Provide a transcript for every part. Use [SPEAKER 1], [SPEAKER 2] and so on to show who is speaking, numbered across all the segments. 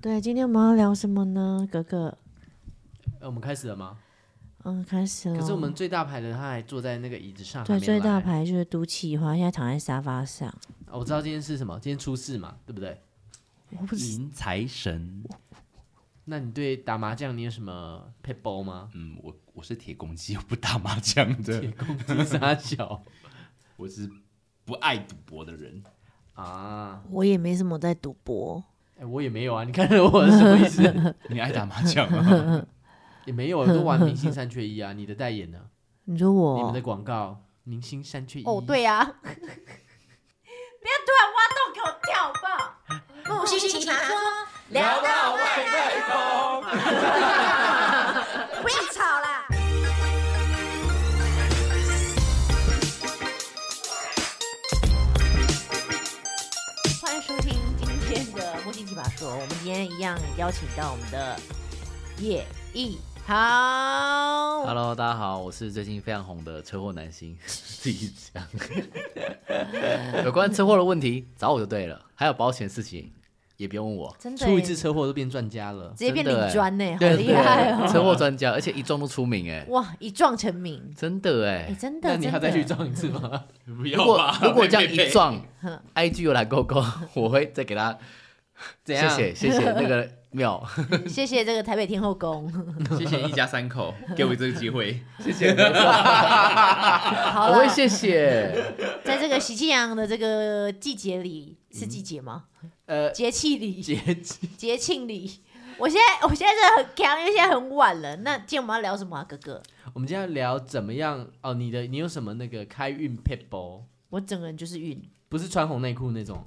[SPEAKER 1] 对，今天我们要聊什么呢？格格，
[SPEAKER 2] 呃，我们开始了吗？
[SPEAKER 1] 嗯，开始了。
[SPEAKER 2] 可是我们最大牌的他还坐在那个椅子上，
[SPEAKER 1] 对
[SPEAKER 2] 还没
[SPEAKER 1] 最大
[SPEAKER 2] 来、
[SPEAKER 1] 牌就是都气花，现在躺在沙发上。
[SPEAKER 2] 哦我知道今天是什么，今天初四嘛，对不对？
[SPEAKER 3] 迎财神，
[SPEAKER 2] 那你对打麻将你有什么 p e b l 吗？
[SPEAKER 3] 嗯，我我是铁公鸡，我不打麻将的，
[SPEAKER 2] 攻击杀小
[SPEAKER 3] 我是不爱赌博的 人。
[SPEAKER 2] 啊！
[SPEAKER 1] 我也没什么在赌博，
[SPEAKER 2] 哎，我也没有啊，你看着我是什么 意思？
[SPEAKER 3] 你爱打麻将吗？
[SPEAKER 2] 也没有啊，都玩明星三缺一啊。你的代言呢？
[SPEAKER 1] 你说
[SPEAKER 2] 你们
[SPEAKER 1] 我
[SPEAKER 2] 的广告，明星三缺一。
[SPEAKER 4] 哦，对呀、 啊，不要突然挖洞给我跳，好不好？木星奇葩说，聊到外太空，不要吵啦！
[SPEAKER 1] 欢迎收听今天的《木星奇葩说》，我们今天一样邀请到我们的叶一豪。
[SPEAKER 5] Hello，大家好，我是最近非常红的车祸男星，自己讲。有关车祸的问题找我就对了，还有保险事情也别问我，
[SPEAKER 1] 真的
[SPEAKER 2] 出一
[SPEAKER 1] 耶
[SPEAKER 2] 次车祸都变专家了
[SPEAKER 1] 直。接变
[SPEAKER 5] 真的
[SPEAKER 1] 领
[SPEAKER 5] 耶
[SPEAKER 1] 专呢，好
[SPEAKER 5] 对
[SPEAKER 1] 厉害
[SPEAKER 5] 对
[SPEAKER 1] 哦！
[SPEAKER 5] 车祸专家，而且一撞都出名哎，
[SPEAKER 1] 哇，一撞成名，
[SPEAKER 5] 真的哎、
[SPEAKER 1] 哎，真的，
[SPEAKER 2] 那你还要
[SPEAKER 1] 真的
[SPEAKER 2] 再去撞一次 吗？
[SPEAKER 3] 不
[SPEAKER 5] 如
[SPEAKER 3] 要
[SPEAKER 5] 果
[SPEAKER 3] 吧，
[SPEAKER 5] 如果这样
[SPEAKER 3] 呸呸
[SPEAKER 5] 一
[SPEAKER 3] 呸
[SPEAKER 5] 撞，IG 有来勾勾，我会再给他。
[SPEAKER 2] 怎样？
[SPEAKER 5] 谢谢谢谢那个妙，
[SPEAKER 1] 谢谢这个台北天后 宫。
[SPEAKER 3] 谢谢一家三口给我这个机 会，啊
[SPEAKER 5] 谢谢，我
[SPEAKER 1] 好
[SPEAKER 5] 会
[SPEAKER 1] 了，
[SPEAKER 5] 谢谢。
[SPEAKER 1] 在这个喜气洋洋的这个季节里，是季节吗？
[SPEAKER 2] 呃，
[SPEAKER 1] 节气里，
[SPEAKER 2] 节气
[SPEAKER 1] 节庆里。我现在我现在真的很强，因为现在很晚了。那今天我们要聊什么啊，哥哥？
[SPEAKER 2] 我们今天要聊怎么样哦？你的你有什么那个开运 p e b l
[SPEAKER 1] 我整个人就是运，
[SPEAKER 2] 不是穿红内裤那种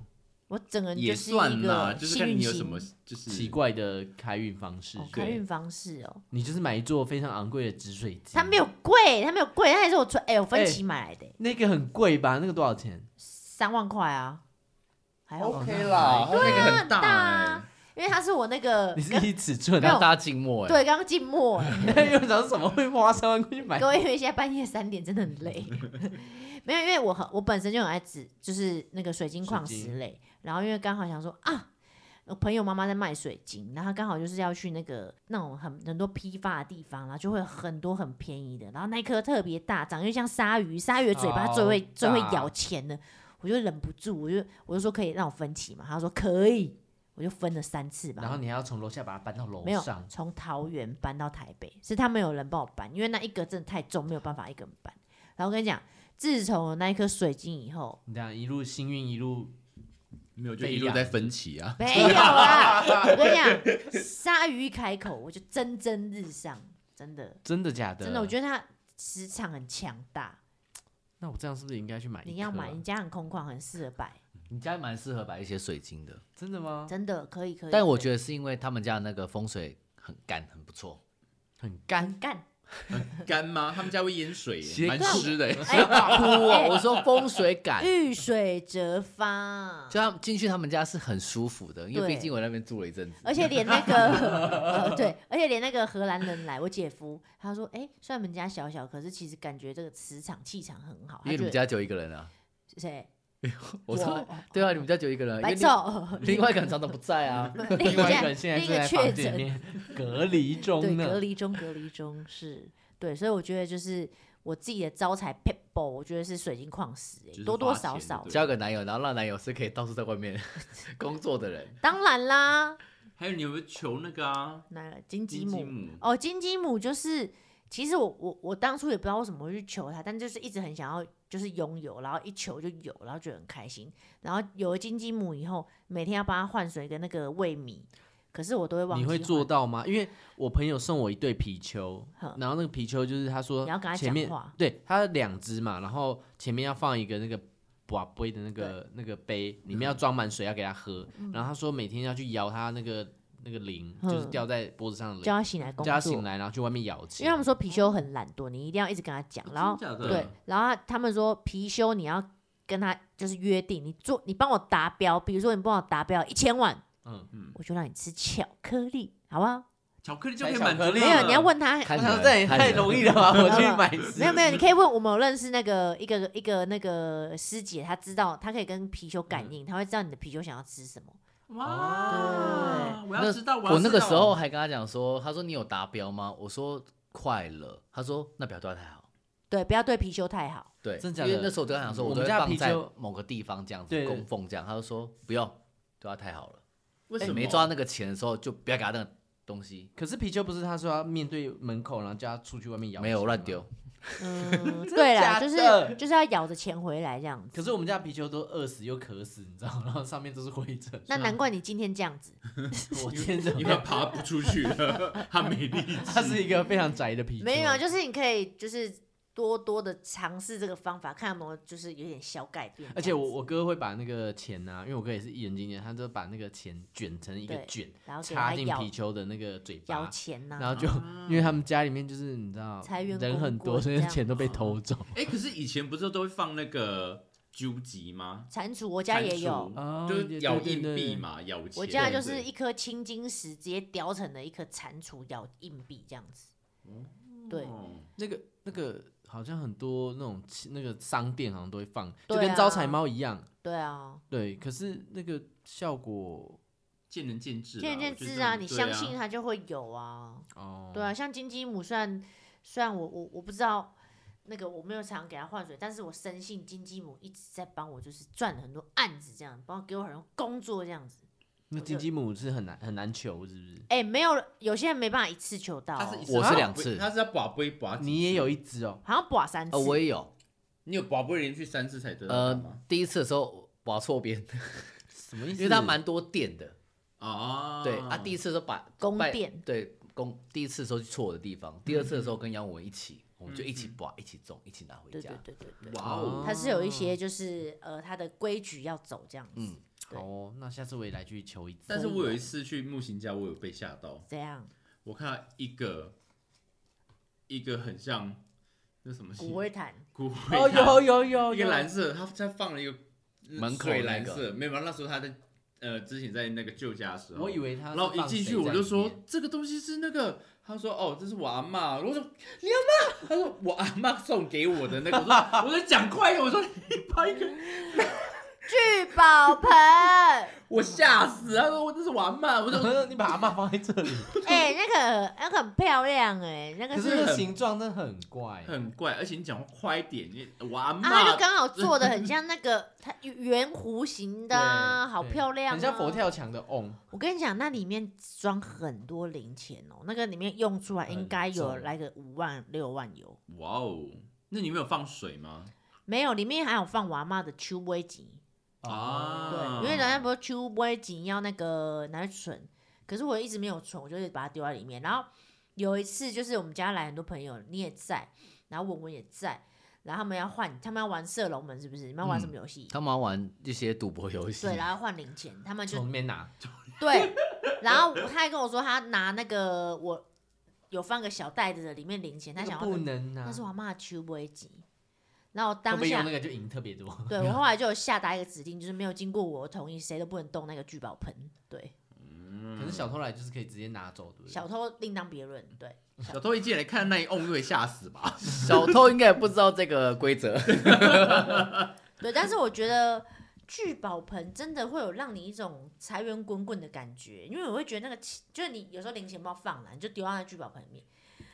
[SPEAKER 1] 我整个人
[SPEAKER 3] 也
[SPEAKER 1] 就是
[SPEAKER 3] 算
[SPEAKER 1] 一
[SPEAKER 3] 啦，
[SPEAKER 1] 个
[SPEAKER 3] 就是
[SPEAKER 1] 幸
[SPEAKER 3] 看你
[SPEAKER 1] 运
[SPEAKER 3] 有
[SPEAKER 1] 星
[SPEAKER 3] 什么。就是
[SPEAKER 2] 奇怪的开运方式。
[SPEAKER 1] 哦，
[SPEAKER 3] 对
[SPEAKER 1] 开运方式哦，
[SPEAKER 2] 你就是买一座非常昂贵的紫水晶，
[SPEAKER 1] 它没有贵，它没有贵，它也是我穿，哎，我分期买来的，
[SPEAKER 2] 那个很贵吧？那个多少钱？
[SPEAKER 1] 三万块啊，还好吧，
[SPEAKER 3] OK 啦，哎它那个很
[SPEAKER 1] 大
[SPEAKER 3] 大哎
[SPEAKER 1] 啊因为它是我那个
[SPEAKER 2] 你是一尺寸
[SPEAKER 1] 没有
[SPEAKER 2] 啊？
[SPEAKER 5] 让大家静默 哎，
[SPEAKER 1] 对刚刚静默，欸哎
[SPEAKER 2] 又想怎么会花三万块去 买
[SPEAKER 1] 各？位，因为现在半夜三点真的很累， 没有，因为我很我本身就很爱紫，就是那个水晶矿
[SPEAKER 2] 水
[SPEAKER 1] 石
[SPEAKER 2] 晶
[SPEAKER 1] 类。然后因为刚好想说啊，我朋友妈妈在卖水晶，然后她刚好就是要去那个那种很很多批发的地方，然后就会有很多很便宜的，然后那一颗特别大，长得就像鲨鱼，鲨鱼的嘴巴
[SPEAKER 2] 好
[SPEAKER 1] 最会最会
[SPEAKER 2] 大
[SPEAKER 1] 咬钱的，我就忍不住，我就我就说可以让我分期嘛，她说可以，我就分了三次吧，
[SPEAKER 2] 然后你还要从楼下把它搬到楼
[SPEAKER 1] 没有
[SPEAKER 2] 上，
[SPEAKER 1] 从桃园搬到台北，是他们有人帮我搬，因为那一个真的太重，没有办法一个人搬。然后我跟你讲，自从有那一颗水晶以后，
[SPEAKER 2] 你这样一路幸运一路
[SPEAKER 3] 没有就一路在分歧啊，
[SPEAKER 1] 没有啦。我跟你讲，鲨鱼一开口，我就蒸蒸日上，真的，
[SPEAKER 2] 真的假的？
[SPEAKER 1] 真的，我觉得它磁场很强大。
[SPEAKER 2] 那我这样是不是应该去买一颗啊？
[SPEAKER 1] 你要买，你家很空旷，很适合摆，
[SPEAKER 5] 你家蛮适合摆一些水晶的，
[SPEAKER 2] 真的吗？
[SPEAKER 1] 真的可以可以。
[SPEAKER 5] 但我
[SPEAKER 1] 得
[SPEAKER 5] 觉得是因为他们家的那个风水很干，很不错。
[SPEAKER 2] 很干，
[SPEAKER 1] 干，
[SPEAKER 3] 干吗？他们家会淹水耶，
[SPEAKER 5] 斜
[SPEAKER 3] 蛮
[SPEAKER 5] 杠
[SPEAKER 3] 湿的耶。
[SPEAKER 1] 哎，
[SPEAKER 5] 哭哦！我说风水感，
[SPEAKER 1] 遇水则发。
[SPEAKER 5] 就他们进去他们家是很舒服的，因为
[SPEAKER 1] 啊对哦
[SPEAKER 5] 毕竟我在那边住了一阵子。
[SPEAKER 1] 而且连那个、呃、对，而且连那个荷兰人来，我姐夫他说，哎、虽然我们家小小，可是其实感觉这个磁场气场很好。
[SPEAKER 5] 因为你们家只有一个人啊，
[SPEAKER 1] 他觉得谁？
[SPEAKER 5] 我说对啊，你们家只有一个人，因
[SPEAKER 1] 哦白哦
[SPEAKER 5] 为
[SPEAKER 1] 昼
[SPEAKER 5] 另，另外一个人常常不在 啊。
[SPEAKER 1] 另
[SPEAKER 2] 另外一个人现在
[SPEAKER 1] 另一
[SPEAKER 2] 正
[SPEAKER 1] 个
[SPEAKER 2] 在
[SPEAKER 1] 确
[SPEAKER 2] 房间里
[SPEAKER 1] 诊，
[SPEAKER 2] 面隔离
[SPEAKER 1] 对，
[SPEAKER 2] 中
[SPEAKER 1] 隔
[SPEAKER 2] 呢。
[SPEAKER 1] 离中，隔离中是对，所以我觉得就是我自己的招财 p e b l e 我觉得是水晶矿石、哎
[SPEAKER 3] 就是
[SPEAKER 1] 多多
[SPEAKER 3] 花
[SPEAKER 1] 少
[SPEAKER 3] 钱就
[SPEAKER 1] 少
[SPEAKER 3] 对。了
[SPEAKER 5] 交个男友，然后让男友是可以到处在 外面工作的人，
[SPEAKER 1] 当然啦，
[SPEAKER 3] 还有你有没有求那个啊？
[SPEAKER 1] 那金鸡
[SPEAKER 3] 金
[SPEAKER 1] 母
[SPEAKER 3] 鸡母
[SPEAKER 1] 哦，金鸡母就是，其实我我我当初也不知道为什么会去求它，但就是一直很想要，就是拥有，然后一求就有，然后觉得很开心。然后有了金鸡母以后，每天要帮它换水跟那个喂米，可是我都会忘记。
[SPEAKER 2] 你会做？到吗？因为我朋友送我一对貔貅
[SPEAKER 1] 哼，
[SPEAKER 2] 然后那个貔貅就是他说
[SPEAKER 1] 你要跟他
[SPEAKER 2] 前面
[SPEAKER 1] 讲话
[SPEAKER 2] 对，它两只嘛，然后前面要放一个那个瓦杯的那个那个杯，里
[SPEAKER 1] 嗯
[SPEAKER 2] 面要装满水要给它喝，然后他说每天要去摇它那个那个铃，就是
[SPEAKER 1] 嗯
[SPEAKER 2] 吊在脖子上的铃，
[SPEAKER 1] 叫它醒来工
[SPEAKER 2] 叫它
[SPEAKER 1] 作，
[SPEAKER 2] 醒来，然后去外面摇
[SPEAKER 1] 因
[SPEAKER 2] 钱。
[SPEAKER 1] 为他们说貔貅很懒惰，你一定要一直跟他
[SPEAKER 2] 哦
[SPEAKER 1] 讲，然后
[SPEAKER 3] 真假的
[SPEAKER 1] 对，然后他们说貔貅你要跟他就是约定，你做你帮我达标，比如说你帮我达标一千万，
[SPEAKER 2] 嗯，
[SPEAKER 1] 我就让你吃巧克力，好不好？
[SPEAKER 3] 巧克力就可以满足
[SPEAKER 2] 巧克力啊
[SPEAKER 1] 没
[SPEAKER 3] 了
[SPEAKER 1] 有，你要问他，
[SPEAKER 5] 看
[SPEAKER 2] 我
[SPEAKER 5] 人
[SPEAKER 2] 想这也
[SPEAKER 5] 看
[SPEAKER 2] 太
[SPEAKER 5] 人
[SPEAKER 2] 容易了 吧？我去买十
[SPEAKER 1] 没有没有，
[SPEAKER 2] 只
[SPEAKER 1] 你可以问我们有认识那个一
[SPEAKER 2] 嗯
[SPEAKER 1] 个一个那个师姐，她知道，她可以跟貔貅感应，她会知道你的貔貅想要吃什么。
[SPEAKER 3] 哇，我要知道，要
[SPEAKER 5] 我那个
[SPEAKER 3] 知道
[SPEAKER 5] 时候还跟他讲说，他说你有达标吗？我说快了，他说那表对他太好。
[SPEAKER 1] 对，不要对貔貅太 好。
[SPEAKER 5] 对，
[SPEAKER 2] 真假
[SPEAKER 5] 因为
[SPEAKER 2] 的
[SPEAKER 5] 那时候我对他讲说，
[SPEAKER 2] 我
[SPEAKER 5] 都
[SPEAKER 2] 们
[SPEAKER 5] 会
[SPEAKER 2] 家
[SPEAKER 5] 放
[SPEAKER 2] 啤
[SPEAKER 5] 在
[SPEAKER 2] 酒
[SPEAKER 5] 某个地方这样子
[SPEAKER 2] 对对
[SPEAKER 5] 供奉这样。他就说不用，对他太好了。
[SPEAKER 3] 为
[SPEAKER 5] 哎
[SPEAKER 3] 什么
[SPEAKER 5] 没抓那个钱的时候，就不要给他那个东西，
[SPEAKER 2] 可是貔貅不是他说要面对门口，然后叫他出去外面摇，
[SPEAKER 5] 没有乱丢。。
[SPEAKER 1] 嗯，对啦，
[SPEAKER 2] 假
[SPEAKER 1] 就是
[SPEAKER 2] 的
[SPEAKER 1] 就是要咬着钱回来这样子。
[SPEAKER 2] 可是我们家貔貅都饿死又渴死，你知道吗，然后上面都是啊灰尘。
[SPEAKER 1] 那难怪你今天这样子，
[SPEAKER 2] 我天哪，
[SPEAKER 3] 因为爬不出去了，他没力气。
[SPEAKER 2] 它是一个非常宅的貔貅。
[SPEAKER 1] 没有啊？就是你可以就是多多的尝试这个方法，看有没有就是有点小改变这样子。
[SPEAKER 2] 而且我我哥会把那个钱啊呐、因为我哥也是艺人经纪人，他就把那个钱卷成一个
[SPEAKER 1] 对
[SPEAKER 2] 卷，
[SPEAKER 1] 然后给
[SPEAKER 2] 插
[SPEAKER 1] 他
[SPEAKER 2] 进
[SPEAKER 1] 咬
[SPEAKER 2] 貔貅的那个嘴
[SPEAKER 1] 摇
[SPEAKER 2] 巴，
[SPEAKER 1] 钱呐、
[SPEAKER 2] 然后就、因为他们家里面就是你知道
[SPEAKER 1] 啊财源
[SPEAKER 2] 人
[SPEAKER 1] 滚
[SPEAKER 2] 很多，
[SPEAKER 1] 滚
[SPEAKER 2] 所以
[SPEAKER 1] 这样哦
[SPEAKER 2] 钱都被偷走。
[SPEAKER 3] 哎、可是以前不是都会放那个纠集吗？
[SPEAKER 1] 蟾蜍，我家也有，
[SPEAKER 2] 哦
[SPEAKER 3] 就是咬
[SPEAKER 2] 对对
[SPEAKER 3] 硬
[SPEAKER 2] 对
[SPEAKER 3] 币嘛，咬钱。
[SPEAKER 1] 我家就是
[SPEAKER 3] 对
[SPEAKER 1] 一颗青金石，直接雕成了一颗蟾蜍咬硬币这样子。对，
[SPEAKER 3] 哦
[SPEAKER 2] 那个那个好像很多那种器那个商店好像都会放，就
[SPEAKER 1] 对
[SPEAKER 2] 跟招财
[SPEAKER 1] 啊
[SPEAKER 2] 猫一样。
[SPEAKER 1] 对啊，
[SPEAKER 2] 对，可是那个效果
[SPEAKER 3] 见仁见智啦，
[SPEAKER 1] 见仁见
[SPEAKER 3] 我觉得
[SPEAKER 1] 智啊，
[SPEAKER 3] 这种
[SPEAKER 1] 你
[SPEAKER 3] 对
[SPEAKER 1] 相信它就会有啊。
[SPEAKER 2] 哦，
[SPEAKER 1] 对啊，像金鸡母虽然虽然我我我不知道那个我没有常给它换水，但是我深信金鸡母一直在帮我，就是赚了很多案子这样，帮我给我很多工作这样子。
[SPEAKER 2] 那
[SPEAKER 1] 我
[SPEAKER 2] 金
[SPEAKER 1] 就
[SPEAKER 2] 鸡母是很难很难求，是不是？
[SPEAKER 1] 哎、没有有些人没办法一次求到、
[SPEAKER 3] 他是
[SPEAKER 1] 哦
[SPEAKER 3] 一次
[SPEAKER 5] 我是
[SPEAKER 3] 啊
[SPEAKER 5] 两次
[SPEAKER 3] 他是要把杯把
[SPEAKER 2] 你也有一只哦，
[SPEAKER 1] 好像刮三次，
[SPEAKER 5] 呃，我也有，
[SPEAKER 3] 你有把杯连续三次才得到
[SPEAKER 5] 呃
[SPEAKER 3] 它吗？，
[SPEAKER 5] 第一次的时候把错边，
[SPEAKER 2] 什么意思？
[SPEAKER 5] 因为它蛮多店的。
[SPEAKER 3] 哦，
[SPEAKER 5] 对，啊，第一次的时候把
[SPEAKER 1] 宫
[SPEAKER 5] 拜
[SPEAKER 1] 殿
[SPEAKER 5] 对宫第一次的时候去错我的地方，第二次的时候跟杨文一起，我们就一起把一起种，一起拿回
[SPEAKER 1] 对
[SPEAKER 5] 家
[SPEAKER 1] 对。对对对，
[SPEAKER 3] 哇哦，
[SPEAKER 1] 它是有一些就是呃它的规矩要走这样子，
[SPEAKER 5] 嗯
[SPEAKER 1] 对
[SPEAKER 2] 好哦，那下次我也来去求一 次。
[SPEAKER 3] 但是我有一次去木星家，我有被吓到，
[SPEAKER 1] 这样
[SPEAKER 3] 我看到一个一个很像那什么星
[SPEAKER 1] 骨灰坛。
[SPEAKER 3] 骨灰
[SPEAKER 2] 哦，
[SPEAKER 3] 塔
[SPEAKER 2] 有有有
[SPEAKER 3] 一个
[SPEAKER 2] 有
[SPEAKER 3] 蓝色，他他放了一个嗯
[SPEAKER 5] 门口
[SPEAKER 3] 水
[SPEAKER 5] 那
[SPEAKER 3] 蓝
[SPEAKER 5] 个
[SPEAKER 3] 色，没有，那时候他在呃之前在那个旧家的时候，
[SPEAKER 2] 我以为他，
[SPEAKER 3] 然后一进去我就说，这个东西是那个，他说哦这是我阿嬷，我说你阿嬷，他说我阿嬷送给我的那个，我 说我说讲快一点，我说你把一个
[SPEAKER 1] 聚宝 盆，
[SPEAKER 3] 我吓死，他说我这是我阿嬷，我 说
[SPEAKER 2] 你把阿妈放在这 里，
[SPEAKER 1] 哎、那个那个很漂亮哎、那个
[SPEAKER 2] 可
[SPEAKER 1] 是
[SPEAKER 2] 是那个形状真的很怪，
[SPEAKER 3] 很怪，而且你讲话快一点，你我阿
[SPEAKER 1] 啊，它就
[SPEAKER 3] 嬷，
[SPEAKER 1] 刚好做的很像那个它圆弧形的啊、
[SPEAKER 2] 对
[SPEAKER 1] 好
[SPEAKER 2] 对
[SPEAKER 1] 漂亮、
[SPEAKER 2] 很像佛。跳墙的瓮。
[SPEAKER 1] 我跟你讲，那里面装很多零钱哦，那个里面用出来应该有
[SPEAKER 2] 很重
[SPEAKER 1] 来个五万六万有，
[SPEAKER 3] 哇哦，那你没有放水吗？
[SPEAKER 1] 没有？里面还有放娃妈的秋威吉，对，
[SPEAKER 3] 啊，
[SPEAKER 2] 嗯
[SPEAKER 1] 因为人家不是秋威吉要那个拿去存，可是我一直没有存，我就是把它丢在里面。然后有一次就是我们家来很多朋友，你也在，然后文文也在，然后他们要换，他们要玩射龙门是不是？你们要玩
[SPEAKER 2] 嗯
[SPEAKER 1] 什么游戏？
[SPEAKER 5] 他们玩一些赌博游戏
[SPEAKER 1] 对，，然后换零钱，他们就
[SPEAKER 2] 从里面拿，
[SPEAKER 1] 对，然后他还跟我说，他拿那个我有放个小袋子的，里面零钱，他
[SPEAKER 2] 那个
[SPEAKER 1] 想要
[SPEAKER 2] 不能拿，
[SPEAKER 1] 那是我妈的球杯机。然后我
[SPEAKER 2] 会
[SPEAKER 1] 当
[SPEAKER 2] 不会用
[SPEAKER 1] 下
[SPEAKER 2] 那，个就赢特别多。
[SPEAKER 1] 对我后来就有下达一个指令，就是没有经过我同意，谁都不能动那个聚宝盆。对，
[SPEAKER 3] 嗯
[SPEAKER 2] 可是小偷来就是可以直接拿走，对不对？
[SPEAKER 1] 小偷另当别论。对，
[SPEAKER 3] 小偷一进来看那一瓮，会吓死吧？
[SPEAKER 5] 小偷应该也不知道这个规则。
[SPEAKER 1] 对，但是我觉得聚宝盆真的会有让你一种财源滚滚的感觉，因为我会觉得那个钱，就是你有时候零钱包放了，你就丢到那聚宝盆里面，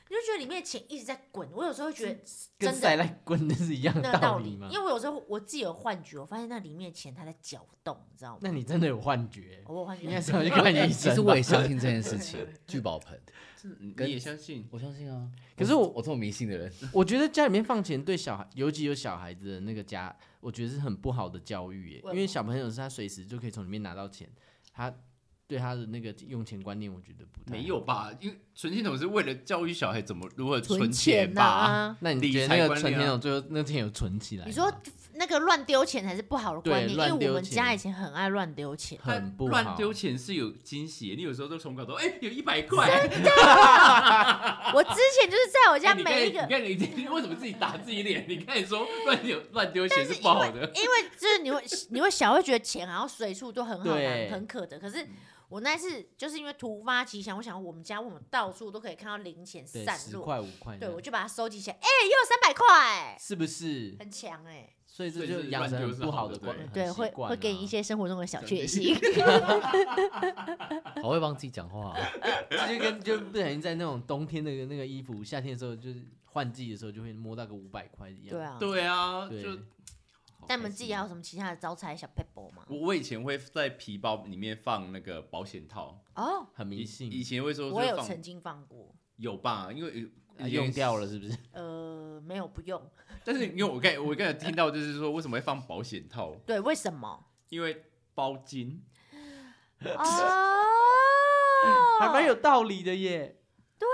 [SPEAKER 1] 你就觉得里面的钱一直在滚。我有时候会觉得真
[SPEAKER 2] 跟
[SPEAKER 1] 的
[SPEAKER 2] 塞赖棍那是一样
[SPEAKER 1] 那
[SPEAKER 2] 的
[SPEAKER 1] 个道
[SPEAKER 2] 理吗
[SPEAKER 1] 因？为我有时候我自己有幻觉，我发现那里面的钱它在搅动，你知道吗？
[SPEAKER 2] 那你真的有幻觉，
[SPEAKER 1] 我有幻觉
[SPEAKER 2] 应，该是要去看医
[SPEAKER 5] 其
[SPEAKER 2] 生。
[SPEAKER 5] 实我也相信这件事情，聚宝盆，
[SPEAKER 2] 嗯
[SPEAKER 3] 你
[SPEAKER 5] 跟
[SPEAKER 3] 也相信？
[SPEAKER 5] 我相信啊。
[SPEAKER 2] 可是我
[SPEAKER 5] 我这么迷信的人，
[SPEAKER 2] 我觉得家里面放钱对小孩，尤其有小孩子的那个家，我觉得是很不好的教育耶。
[SPEAKER 1] 为什
[SPEAKER 2] 因
[SPEAKER 1] 么
[SPEAKER 2] 为小朋友是他随时就可以从里面拿到钱，他对他的那个用钱观念，我觉得不太好
[SPEAKER 3] 没。有吧？因为存钱筒是为了教育小孩怎么如何
[SPEAKER 1] 钱啊
[SPEAKER 3] 钱
[SPEAKER 1] 呐、
[SPEAKER 3] 吧？
[SPEAKER 2] 那你
[SPEAKER 3] 理
[SPEAKER 2] 觉得
[SPEAKER 3] 财
[SPEAKER 2] 那个
[SPEAKER 3] 观
[SPEAKER 2] 存
[SPEAKER 3] 念
[SPEAKER 2] 钱
[SPEAKER 3] 啊
[SPEAKER 2] 筒最后那天有存起来吗？
[SPEAKER 1] 你说那个乱丢钱才是不好的观
[SPEAKER 2] 对
[SPEAKER 1] 念，
[SPEAKER 2] 乱
[SPEAKER 1] 因为我
[SPEAKER 2] 丢
[SPEAKER 1] 们家
[SPEAKER 2] 钱
[SPEAKER 1] 以前很爱乱丢 钱。
[SPEAKER 3] 但
[SPEAKER 2] 很不好啊
[SPEAKER 3] 乱丢钱是有惊喜，你有时候都从搞到哎有一百 块，
[SPEAKER 1] 我之前就是在我家
[SPEAKER 3] 哎你看
[SPEAKER 1] 每一个
[SPEAKER 3] 你，看你今天为什么自己打自己 脸？你看你说乱丢乱丢钱
[SPEAKER 1] 但是
[SPEAKER 3] 不好的，
[SPEAKER 1] 因为就是你会你会小会觉得钱好像随处都很好拿，
[SPEAKER 2] 对
[SPEAKER 1] 很可得，可是我那次就是因为突发奇想，我想我们家为什么到处都可以看到零钱
[SPEAKER 2] 对，
[SPEAKER 1] 散
[SPEAKER 2] 十
[SPEAKER 1] 落，
[SPEAKER 2] 块五块那
[SPEAKER 1] 对
[SPEAKER 2] 样，
[SPEAKER 1] 我就把它收集起来，哎、又有三百块，
[SPEAKER 2] 是不是？
[SPEAKER 1] 很强哎、
[SPEAKER 2] 所以这
[SPEAKER 3] 所以
[SPEAKER 2] 就
[SPEAKER 3] 就是
[SPEAKER 2] 养成
[SPEAKER 3] 乱丢
[SPEAKER 2] 很
[SPEAKER 3] 是
[SPEAKER 2] 不
[SPEAKER 3] 好
[SPEAKER 2] 好
[SPEAKER 3] 的
[SPEAKER 2] 的
[SPEAKER 3] 对
[SPEAKER 2] 惯，很
[SPEAKER 1] 对，
[SPEAKER 2] 习
[SPEAKER 1] 会
[SPEAKER 2] 惯
[SPEAKER 1] 会给
[SPEAKER 2] 啊
[SPEAKER 1] 你一些生活中的小
[SPEAKER 3] 小
[SPEAKER 1] 确
[SPEAKER 3] 确
[SPEAKER 1] 幸。
[SPEAKER 5] 好会帮自己讲话、啊，
[SPEAKER 2] 这就跟就不小心在那种冬天的那个衣服，夏天的时候就是换季的时候就会摸到个五百块一 样。
[SPEAKER 1] 对，啊，
[SPEAKER 3] 对啊，
[SPEAKER 2] 对
[SPEAKER 3] 就
[SPEAKER 1] 但你们自己还有什么其他的招财小 p e p l 吗？
[SPEAKER 3] 我我以前会在皮包里面放那个保险套，
[SPEAKER 1] 哦，
[SPEAKER 2] 很迷
[SPEAKER 3] 以以
[SPEAKER 2] 信，
[SPEAKER 3] 前会说
[SPEAKER 1] 我
[SPEAKER 3] 是
[SPEAKER 1] 有
[SPEAKER 3] 放
[SPEAKER 1] 曾经放过，
[SPEAKER 3] 有吧，因为
[SPEAKER 2] 啊用掉了，是不是？
[SPEAKER 1] 呃，没有不用。
[SPEAKER 3] 但是因为我刚才我刚才听到就是说为什么会放保险套，
[SPEAKER 1] 对，为什么？
[SPEAKER 3] 因为包金，
[SPEAKER 1] 哦，
[SPEAKER 2] 还蛮有道理的耶。
[SPEAKER 1] 对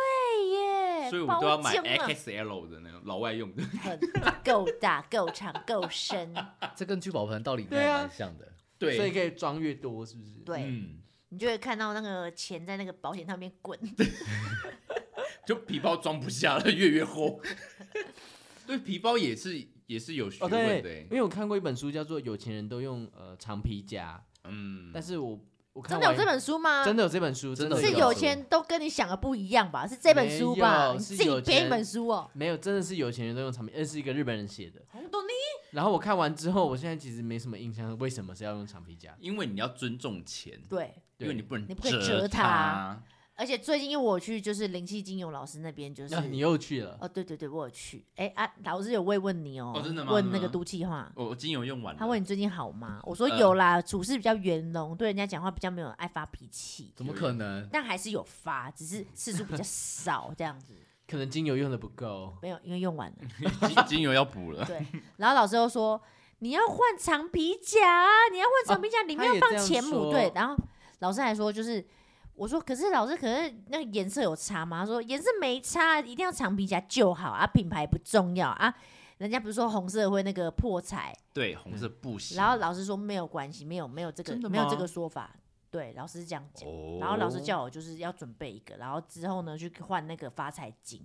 [SPEAKER 1] 耶，
[SPEAKER 3] 所以我们都要买
[SPEAKER 1] 哎包茎啊
[SPEAKER 3] XL 的那种老外用 的。
[SPEAKER 1] 很够大、够长、够深。
[SPEAKER 5] 这跟聚宝盆道理应
[SPEAKER 2] 对
[SPEAKER 5] 该
[SPEAKER 2] 啊
[SPEAKER 5] 蛮像的。
[SPEAKER 2] 所以
[SPEAKER 3] 对，
[SPEAKER 2] 可以装越多，是不是？
[SPEAKER 1] 对，
[SPEAKER 3] 嗯，
[SPEAKER 1] 你就会看到那个钱在那个保险上面滚。
[SPEAKER 3] 就皮包装不下了，越越厚。 对，皮包也是也是有学
[SPEAKER 2] 哦，
[SPEAKER 3] 问的欸、
[SPEAKER 2] 对，因为我看过一本书叫做《有钱人都用呃长皮夹》，
[SPEAKER 3] 嗯，
[SPEAKER 2] 但是我我看
[SPEAKER 1] 真的有
[SPEAKER 2] 完
[SPEAKER 1] 这本书吗？
[SPEAKER 2] 真的有这本书，真
[SPEAKER 5] 真的
[SPEAKER 2] 的
[SPEAKER 1] 是
[SPEAKER 5] 有
[SPEAKER 1] 有钱都跟你想的不一样吧？是这本书吧？
[SPEAKER 2] 没有
[SPEAKER 1] 你
[SPEAKER 2] 是
[SPEAKER 1] 自
[SPEAKER 2] 有
[SPEAKER 1] 己
[SPEAKER 2] 钱
[SPEAKER 1] 编一本书哦。
[SPEAKER 2] 没有，真的是有钱人都用长皮，那是一个日本人写的。
[SPEAKER 1] 红豆泥
[SPEAKER 2] 然后我看完之后，我现在其实没什么印象，为什么是要用长皮夹？
[SPEAKER 3] 因为你要尊重钱，
[SPEAKER 1] 对，
[SPEAKER 3] 因为你不能
[SPEAKER 1] 你不可以
[SPEAKER 3] 折
[SPEAKER 1] 折它。而且最近因为我去就是灵气精油老师那边，就是、
[SPEAKER 2] 那啊你又去了，
[SPEAKER 1] 哦，对对对，我有去。哎啊，老师有慰问你哦，
[SPEAKER 3] 哦真的吗
[SPEAKER 2] 嗯
[SPEAKER 1] 问那个毒气话，
[SPEAKER 3] 我我精油用完了，
[SPEAKER 1] 他问你最近好吗？我说
[SPEAKER 3] 呃
[SPEAKER 1] 有啦，处事比较圆融，对人家讲话比较没有爱发脾气，
[SPEAKER 5] 怎么可能？
[SPEAKER 1] 但还是有发，只是次数比较少这样子。
[SPEAKER 2] 可能精油用的不够。
[SPEAKER 1] 没有，因为用完了。
[SPEAKER 3] 精精油要 补了。
[SPEAKER 1] 对，然后老师又说你要换长皮夹，啊你要换长皮夹，里面要
[SPEAKER 2] 也
[SPEAKER 1] 放
[SPEAKER 2] 这样
[SPEAKER 1] 钱母。
[SPEAKER 2] 说
[SPEAKER 1] 对，然后老师还说就是。我说，可是老师，可是那个颜色有差吗？他说颜色没差，啊一定要长皮夹就好啊，品牌不重要啊。人家不是说红色会那个破财，
[SPEAKER 3] 对，红色不行。
[SPEAKER 1] 然后老师说没有关系，没有没有这个
[SPEAKER 3] 真的
[SPEAKER 1] 没有这
[SPEAKER 3] 吗
[SPEAKER 1] 个说法。对，老师是这样讲。
[SPEAKER 3] 哦
[SPEAKER 1] 然后老师叫我就是要准备一个，然后之后呢去换那个发财金，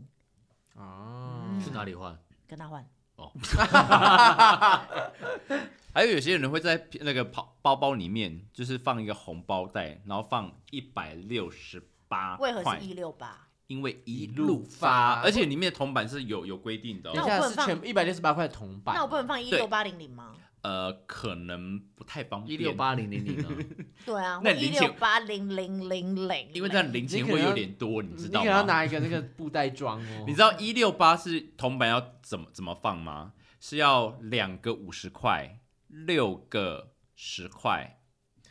[SPEAKER 2] 哦，
[SPEAKER 5] 去哪里换？
[SPEAKER 1] 跟他换。
[SPEAKER 3] 还有有些人会在那个包包包里面，就是放一个红包袋，然后放一百六十八
[SPEAKER 1] 为何
[SPEAKER 3] 块
[SPEAKER 1] 是，一六八？
[SPEAKER 3] 因为一
[SPEAKER 2] 一
[SPEAKER 3] 路
[SPEAKER 2] 路
[SPEAKER 3] 发，
[SPEAKER 2] 发
[SPEAKER 3] 而且里面的铜板是有有规定的、
[SPEAKER 2] 等一
[SPEAKER 1] 那我
[SPEAKER 3] 哦。
[SPEAKER 2] 下
[SPEAKER 1] 不能
[SPEAKER 2] 是
[SPEAKER 1] 放
[SPEAKER 2] 全一百六十八块铜板，
[SPEAKER 1] 那我不能放一六八零零吗？
[SPEAKER 3] 呃，可能不太方
[SPEAKER 5] 一
[SPEAKER 3] 便，
[SPEAKER 5] 六八零零零啊，
[SPEAKER 1] 对啊，
[SPEAKER 3] 那
[SPEAKER 1] 一
[SPEAKER 3] 零
[SPEAKER 1] 六
[SPEAKER 3] 钱
[SPEAKER 1] 八零零零零。
[SPEAKER 3] 因为这样零钱会有点多，嗯你
[SPEAKER 2] 哦你
[SPEAKER 3] 知
[SPEAKER 2] 可
[SPEAKER 3] 道
[SPEAKER 2] 能要
[SPEAKER 3] 吗？
[SPEAKER 2] 拿一个那个布袋装哦。
[SPEAKER 3] 你知道一六八是铜板要怎么怎么放吗？是要两个五十块，六个十块，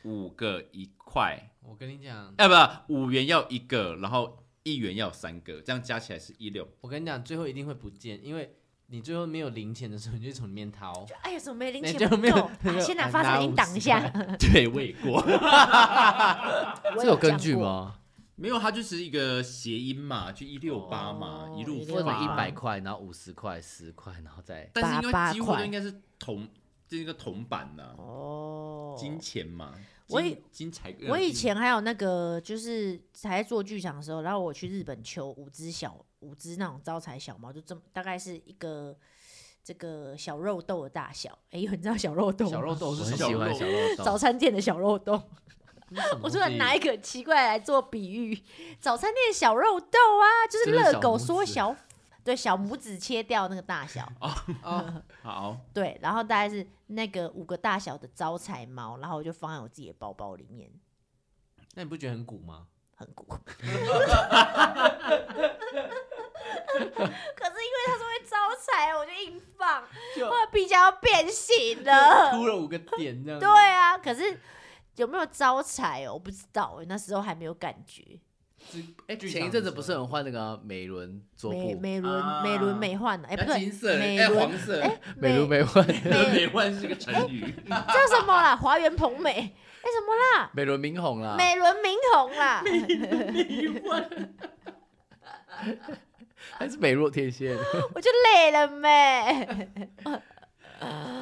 [SPEAKER 3] 五个一块，
[SPEAKER 2] 我跟你讲，
[SPEAKER 3] 哎、啊，不，五元要一个，然后一元要三个，这样加起来是一六。
[SPEAKER 2] 我跟你讲，最后一定会不见，因为你最后没有零钱的时候，你就从里面掏。
[SPEAKER 1] 就哎呀，怎么没零
[SPEAKER 2] 那
[SPEAKER 1] 钱
[SPEAKER 2] 就
[SPEAKER 1] 不
[SPEAKER 2] 没有
[SPEAKER 1] 够？
[SPEAKER 2] 那
[SPEAKER 1] 啊
[SPEAKER 2] 就
[SPEAKER 1] 先拿
[SPEAKER 2] 拿
[SPEAKER 1] 发财金
[SPEAKER 2] 50
[SPEAKER 1] 挡一下。
[SPEAKER 3] 对，我也过。
[SPEAKER 1] 我
[SPEAKER 5] 这有根
[SPEAKER 1] 讲
[SPEAKER 5] 据
[SPEAKER 1] 过？
[SPEAKER 5] 吗？
[SPEAKER 3] 没有，它就是一个谐音嘛，就一六八嘛，
[SPEAKER 1] 哦
[SPEAKER 3] 一路
[SPEAKER 5] 为什么
[SPEAKER 3] 发
[SPEAKER 5] 一百？块，然后五十块、十块，然后再
[SPEAKER 3] 但是因
[SPEAKER 1] 八
[SPEAKER 3] 为几乎
[SPEAKER 1] 块
[SPEAKER 3] 都应该是铜，这是一个铜板呐、
[SPEAKER 1] 哦，
[SPEAKER 3] 金钱嘛。
[SPEAKER 1] 我
[SPEAKER 3] 金
[SPEAKER 1] 以
[SPEAKER 3] 金财，
[SPEAKER 1] 我以前还有那个，就是还在做剧场的时候，然后我去日本求五只小五只那种招财小猫，就这么大概是一个这个小肉豆的大小。哎、呦，你知道小肉豆吗？
[SPEAKER 2] 小肉豆
[SPEAKER 5] 我
[SPEAKER 2] 是
[SPEAKER 5] 很
[SPEAKER 2] 什
[SPEAKER 5] 喜
[SPEAKER 2] 么？
[SPEAKER 5] 欢小肉
[SPEAKER 1] 早
[SPEAKER 5] 豆，
[SPEAKER 1] 餐店的小肉豆，我突
[SPEAKER 2] 说
[SPEAKER 1] 然拿一个奇怪来做比喻，早餐店小肉豆啊，就是热狗缩小，对，小拇指切掉那个大小，
[SPEAKER 2] 哦，
[SPEAKER 3] 好，
[SPEAKER 1] 对，然后大概是那个五个大小的招财猫，然后我就放在我自己的包包里面，
[SPEAKER 2] 那你不觉得很鼓吗？
[SPEAKER 1] 很 鼓。可是因为他说会招财，我就硬放，
[SPEAKER 2] 就
[SPEAKER 1] 我的皮夹要变形
[SPEAKER 2] 凸
[SPEAKER 1] 了。
[SPEAKER 2] 了五个点这
[SPEAKER 1] 呃
[SPEAKER 2] 样。
[SPEAKER 1] 对，啊，可是有没有招财哦？我不知道，我那时候还没有感觉。
[SPEAKER 5] 哎，前一阵子不是很换那个啊美轮桌
[SPEAKER 1] 美
[SPEAKER 5] 布，
[SPEAKER 1] 美轮美轮美奂的，哎、不
[SPEAKER 3] 要
[SPEAKER 1] 对，
[SPEAKER 3] 金色，
[SPEAKER 1] 美
[SPEAKER 3] 哎，
[SPEAKER 1] 轮
[SPEAKER 3] 黄色，
[SPEAKER 1] 哎
[SPEAKER 5] 美轮美奂，
[SPEAKER 1] 美
[SPEAKER 3] 美万是个成 语。
[SPEAKER 1] 叫什么啦？华园朋美，哎、什么啦？
[SPEAKER 5] 美轮明宏啦，
[SPEAKER 1] 美轮明宏啦，
[SPEAKER 5] 还是美若天仙？
[SPEAKER 1] 我就累了没。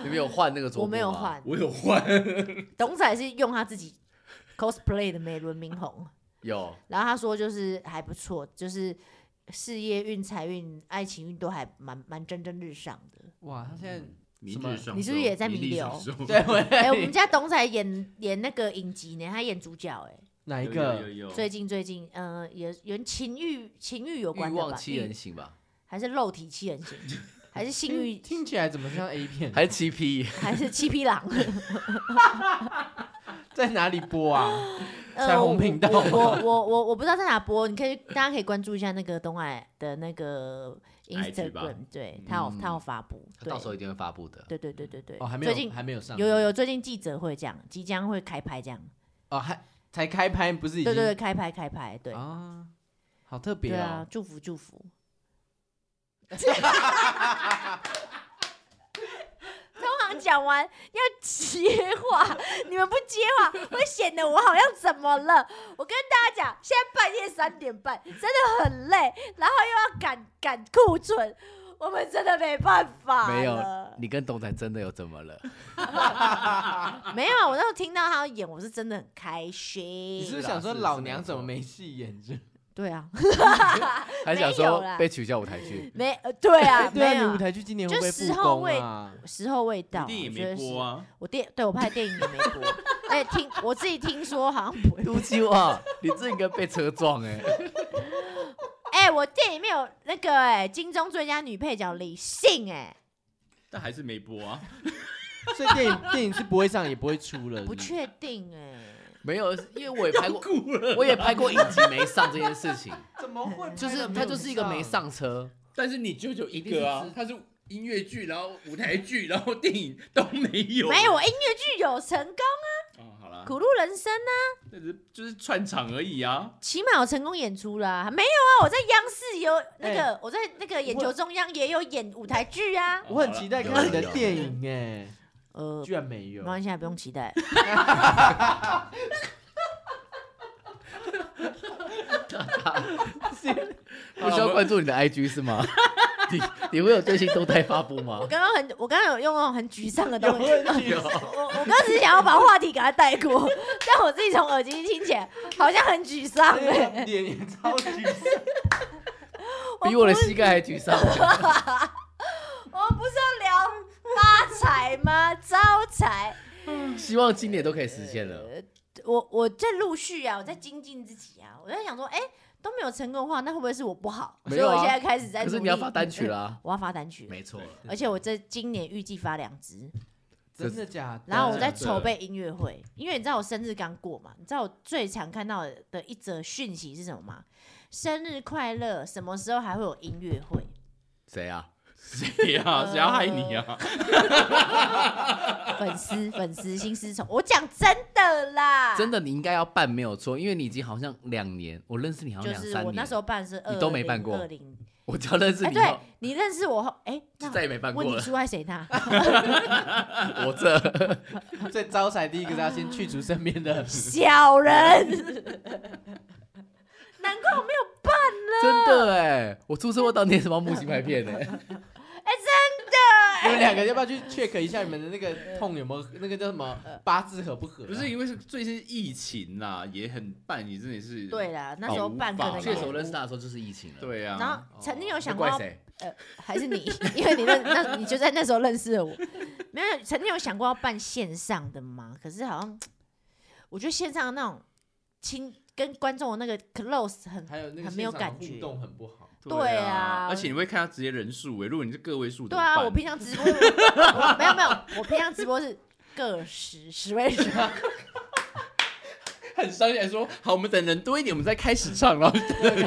[SPEAKER 5] 你们有换那个桌布
[SPEAKER 1] 我
[SPEAKER 5] 吗
[SPEAKER 1] 没有，换，
[SPEAKER 3] 我有换，
[SPEAKER 1] 董仔是用他自己 cosplay 的美轮明宏，
[SPEAKER 5] 有
[SPEAKER 1] 然后他说就是还不错，就是事业运、财运、爱情运都还蛮蛮蒸蒸日上的。
[SPEAKER 2] 哇，他现在
[SPEAKER 3] 明
[SPEAKER 2] 什么
[SPEAKER 3] 日双
[SPEAKER 1] 你是不
[SPEAKER 3] 收
[SPEAKER 1] 是也在
[SPEAKER 3] 明
[SPEAKER 1] 弥
[SPEAKER 3] 日
[SPEAKER 1] 留
[SPEAKER 3] 双收
[SPEAKER 2] 对我
[SPEAKER 1] 哎、我们家董仔演演那个影集呢，他演主角哎、
[SPEAKER 2] 哪一
[SPEAKER 3] 有有
[SPEAKER 2] 个？
[SPEAKER 3] 有有
[SPEAKER 1] 最近最近，呃，也有情欲情欲有关
[SPEAKER 5] 欲
[SPEAKER 1] 的
[SPEAKER 5] 望
[SPEAKER 1] 吧？
[SPEAKER 5] 七人行吧，
[SPEAKER 1] 还是肉体七 人行，还是性欲，
[SPEAKER 2] 听起来怎么像 A 片？
[SPEAKER 5] 还是七 P？
[SPEAKER 1] 还是七匹 狼？
[SPEAKER 2] 在哪里 播啊？
[SPEAKER 1] 呃
[SPEAKER 2] 彩虹频道
[SPEAKER 1] 我我我我我不知道在哪播，你可以大家可以关注一下那个东海的那个
[SPEAKER 3] IG 吧
[SPEAKER 1] Instagram，对他有
[SPEAKER 5] 嗯
[SPEAKER 1] 他有发布，
[SPEAKER 5] 他
[SPEAKER 1] 对
[SPEAKER 5] 到时候一定会发布的。
[SPEAKER 1] 对对对对对，
[SPEAKER 2] 哦，还没
[SPEAKER 1] 最近
[SPEAKER 2] 有，还没有上。
[SPEAKER 1] 有有有，最近记者会这样，即将会开拍这样，
[SPEAKER 2] 哦，还才开拍，不是已
[SPEAKER 1] 对对
[SPEAKER 2] 经？
[SPEAKER 1] 对，开拍开拍，对
[SPEAKER 2] 啊，好特别
[SPEAKER 1] 对啊
[SPEAKER 2] 哦，。
[SPEAKER 1] 祝福祝福。通常讲完要接话，你们不接话会显得我好像怎么了？我跟大家讲，现在半夜三点半，真的很累，然后又要赶赶库存，我们真的没办法
[SPEAKER 5] 没有
[SPEAKER 1] 了，
[SPEAKER 5] 你跟董仔真的有怎么了？
[SPEAKER 1] 没有，啊我那时候听到他演，我是真的很开
[SPEAKER 2] 你是
[SPEAKER 1] 心。
[SPEAKER 2] 不是想说
[SPEAKER 5] 是啦是
[SPEAKER 2] 老
[SPEAKER 5] 是
[SPEAKER 2] 娘
[SPEAKER 5] 没
[SPEAKER 2] 怎么
[SPEAKER 5] 错
[SPEAKER 2] 没戏演这？，
[SPEAKER 1] 对啊，
[SPEAKER 5] 还想
[SPEAKER 1] 没有
[SPEAKER 5] 说
[SPEAKER 1] 啦
[SPEAKER 5] 被取消舞 台剧？
[SPEAKER 1] 没呃对啊
[SPEAKER 2] 对
[SPEAKER 1] 没
[SPEAKER 2] 啊，你
[SPEAKER 1] 有
[SPEAKER 2] 舞台剧今年
[SPEAKER 1] 就
[SPEAKER 2] 会不会
[SPEAKER 1] 时
[SPEAKER 2] 复
[SPEAKER 1] 候
[SPEAKER 2] 工
[SPEAKER 1] 未
[SPEAKER 2] 啊？
[SPEAKER 1] 时候未到，
[SPEAKER 3] 一定也
[SPEAKER 1] 我觉得
[SPEAKER 3] 没
[SPEAKER 1] 是
[SPEAKER 3] 播啊，
[SPEAKER 1] 我电对我拍的电影也没播，哎，听我自己听说好像不会。
[SPEAKER 5] 都秋啊，你这应该被车撞哎、
[SPEAKER 1] 哎、我电影里面有那个哎、金钟最佳女配角李杏哎、
[SPEAKER 3] 但还是没播啊。
[SPEAKER 2] 所以电影电影是不会上，也不会出了。
[SPEAKER 1] 不
[SPEAKER 2] 是是
[SPEAKER 1] 确定哎、
[SPEAKER 5] 没有，啊因为我也拍过，
[SPEAKER 3] 顾了，
[SPEAKER 5] 我也拍过影集没上这件事情，
[SPEAKER 2] 怎么
[SPEAKER 1] 嗯
[SPEAKER 2] 会？
[SPEAKER 5] 就是它就是一个没。上车，
[SPEAKER 3] 但是你舅舅一
[SPEAKER 2] 定是
[SPEAKER 3] 个啊
[SPEAKER 2] 知，
[SPEAKER 3] 他是音乐剧，然后舞台剧，然后电影都没有。
[SPEAKER 1] 没有，我音乐剧有成功，
[SPEAKER 3] 哦，好啦，
[SPEAKER 1] 《苦路人生》呢，
[SPEAKER 3] 那只是就是串场而已啊。
[SPEAKER 1] 起码有成功演出啦。没有啊，我在央视有那个，
[SPEAKER 2] 哎
[SPEAKER 1] 我在那个眼球中央也有演舞台剧啊。
[SPEAKER 2] 我
[SPEAKER 3] 哦
[SPEAKER 2] 很期待
[SPEAKER 5] 有
[SPEAKER 2] 看你的
[SPEAKER 5] 有
[SPEAKER 2] 电影哎，
[SPEAKER 1] 呃，
[SPEAKER 2] 居然没有
[SPEAKER 1] 没。关系，不用期待。
[SPEAKER 5] 不需要关注你的 IG 是吗？ 你你会有最新动态发布吗
[SPEAKER 1] 我？刚刚很，我刚刚有用那种很沮丧的
[SPEAKER 2] 有
[SPEAKER 1] 东西，
[SPEAKER 2] 问题哦，
[SPEAKER 1] 我我刚只是想要把话题给他带过， 但我自己从耳机听起来好像很沮丧哎、
[SPEAKER 2] 那个脸也超级
[SPEAKER 5] 比我的膝盖还沮丧。啊
[SPEAKER 1] 我们不是要聊发财吗？招财，
[SPEAKER 5] 希望今年都可以实现了。
[SPEAKER 1] 我我在陆续啊，我在精进自己啊，我在想说，哎、都没有成功的话，那会不会是我不好？
[SPEAKER 5] 没有啊
[SPEAKER 1] 所以我现在开始在
[SPEAKER 5] 可
[SPEAKER 1] 努力。
[SPEAKER 5] 是你要发单曲啦、
[SPEAKER 1] 我要发单曲，
[SPEAKER 5] 没哎错，
[SPEAKER 1] 而且我这今年预计发两支，
[SPEAKER 2] 真的假的？
[SPEAKER 1] 然后我在
[SPEAKER 3] 在
[SPEAKER 1] 筹备音乐会，因为你知道我生日刚过嘛，你知道我最常看到的一则讯息是什么吗？生日快乐，什么时候还会有音乐会？
[SPEAKER 5] 谁啊？
[SPEAKER 3] 谁啊？谁要害你啊？
[SPEAKER 1] 粉丝粉丝心丝虫，我讲真的啦，
[SPEAKER 5] 真的，你应该要办没有错，因为你已经好像两年，我认识你好像
[SPEAKER 1] 就
[SPEAKER 5] 两
[SPEAKER 1] 是
[SPEAKER 5] 三年，
[SPEAKER 1] 我那时候办是二
[SPEAKER 5] 你都没办过
[SPEAKER 1] 二零，
[SPEAKER 5] 我只要认识
[SPEAKER 1] 哎，
[SPEAKER 5] 你以后，
[SPEAKER 1] 对你认识我后，哎，
[SPEAKER 5] 就
[SPEAKER 1] 那
[SPEAKER 5] 再也没办过
[SPEAKER 1] 问你
[SPEAKER 5] 了。
[SPEAKER 1] 出爱谁 呢？
[SPEAKER 5] 我这
[SPEAKER 2] 所以招财第一个是要先去除身 边的
[SPEAKER 1] 小 人，难怪我没有办
[SPEAKER 5] 真的哎，我出车祸当天什么木星拍 片呢？
[SPEAKER 2] 你们两个要不要去 check 一下你们的那个痛有没有那个叫什么
[SPEAKER 1] 呃
[SPEAKER 2] 八字合不合啊？
[SPEAKER 3] 不是因为是最近疫情啦，也很办，你真的是
[SPEAKER 1] 对啦，
[SPEAKER 5] 哦
[SPEAKER 1] 那时候办可能
[SPEAKER 3] 无法
[SPEAKER 5] 确
[SPEAKER 1] 也
[SPEAKER 5] 实，我认识他的时候就是疫情了。，
[SPEAKER 3] 对啊。
[SPEAKER 1] 然后曾经有想过
[SPEAKER 5] 哦
[SPEAKER 1] 要，
[SPEAKER 5] 怪谁？
[SPEAKER 1] 呃，还是你， 因为你认 那你就在那时候认识了我，没有曾经有想过要办线上的嘛？可是好像我觉得线上的那种亲跟观众的那个 close 很
[SPEAKER 2] 还有那个
[SPEAKER 1] 很没有
[SPEAKER 2] 现场
[SPEAKER 1] 感觉
[SPEAKER 2] 互动很不好。
[SPEAKER 1] 对啊
[SPEAKER 3] 而且你会看他直接人数诶，如果你是个位数，
[SPEAKER 1] 对啊，
[SPEAKER 3] 怎么办
[SPEAKER 1] 我平常直播我没有没有，我平常直播是个十十位 数，
[SPEAKER 3] 很伤心，说好，我们等人多一点，我们再开始唱，然后
[SPEAKER 2] 签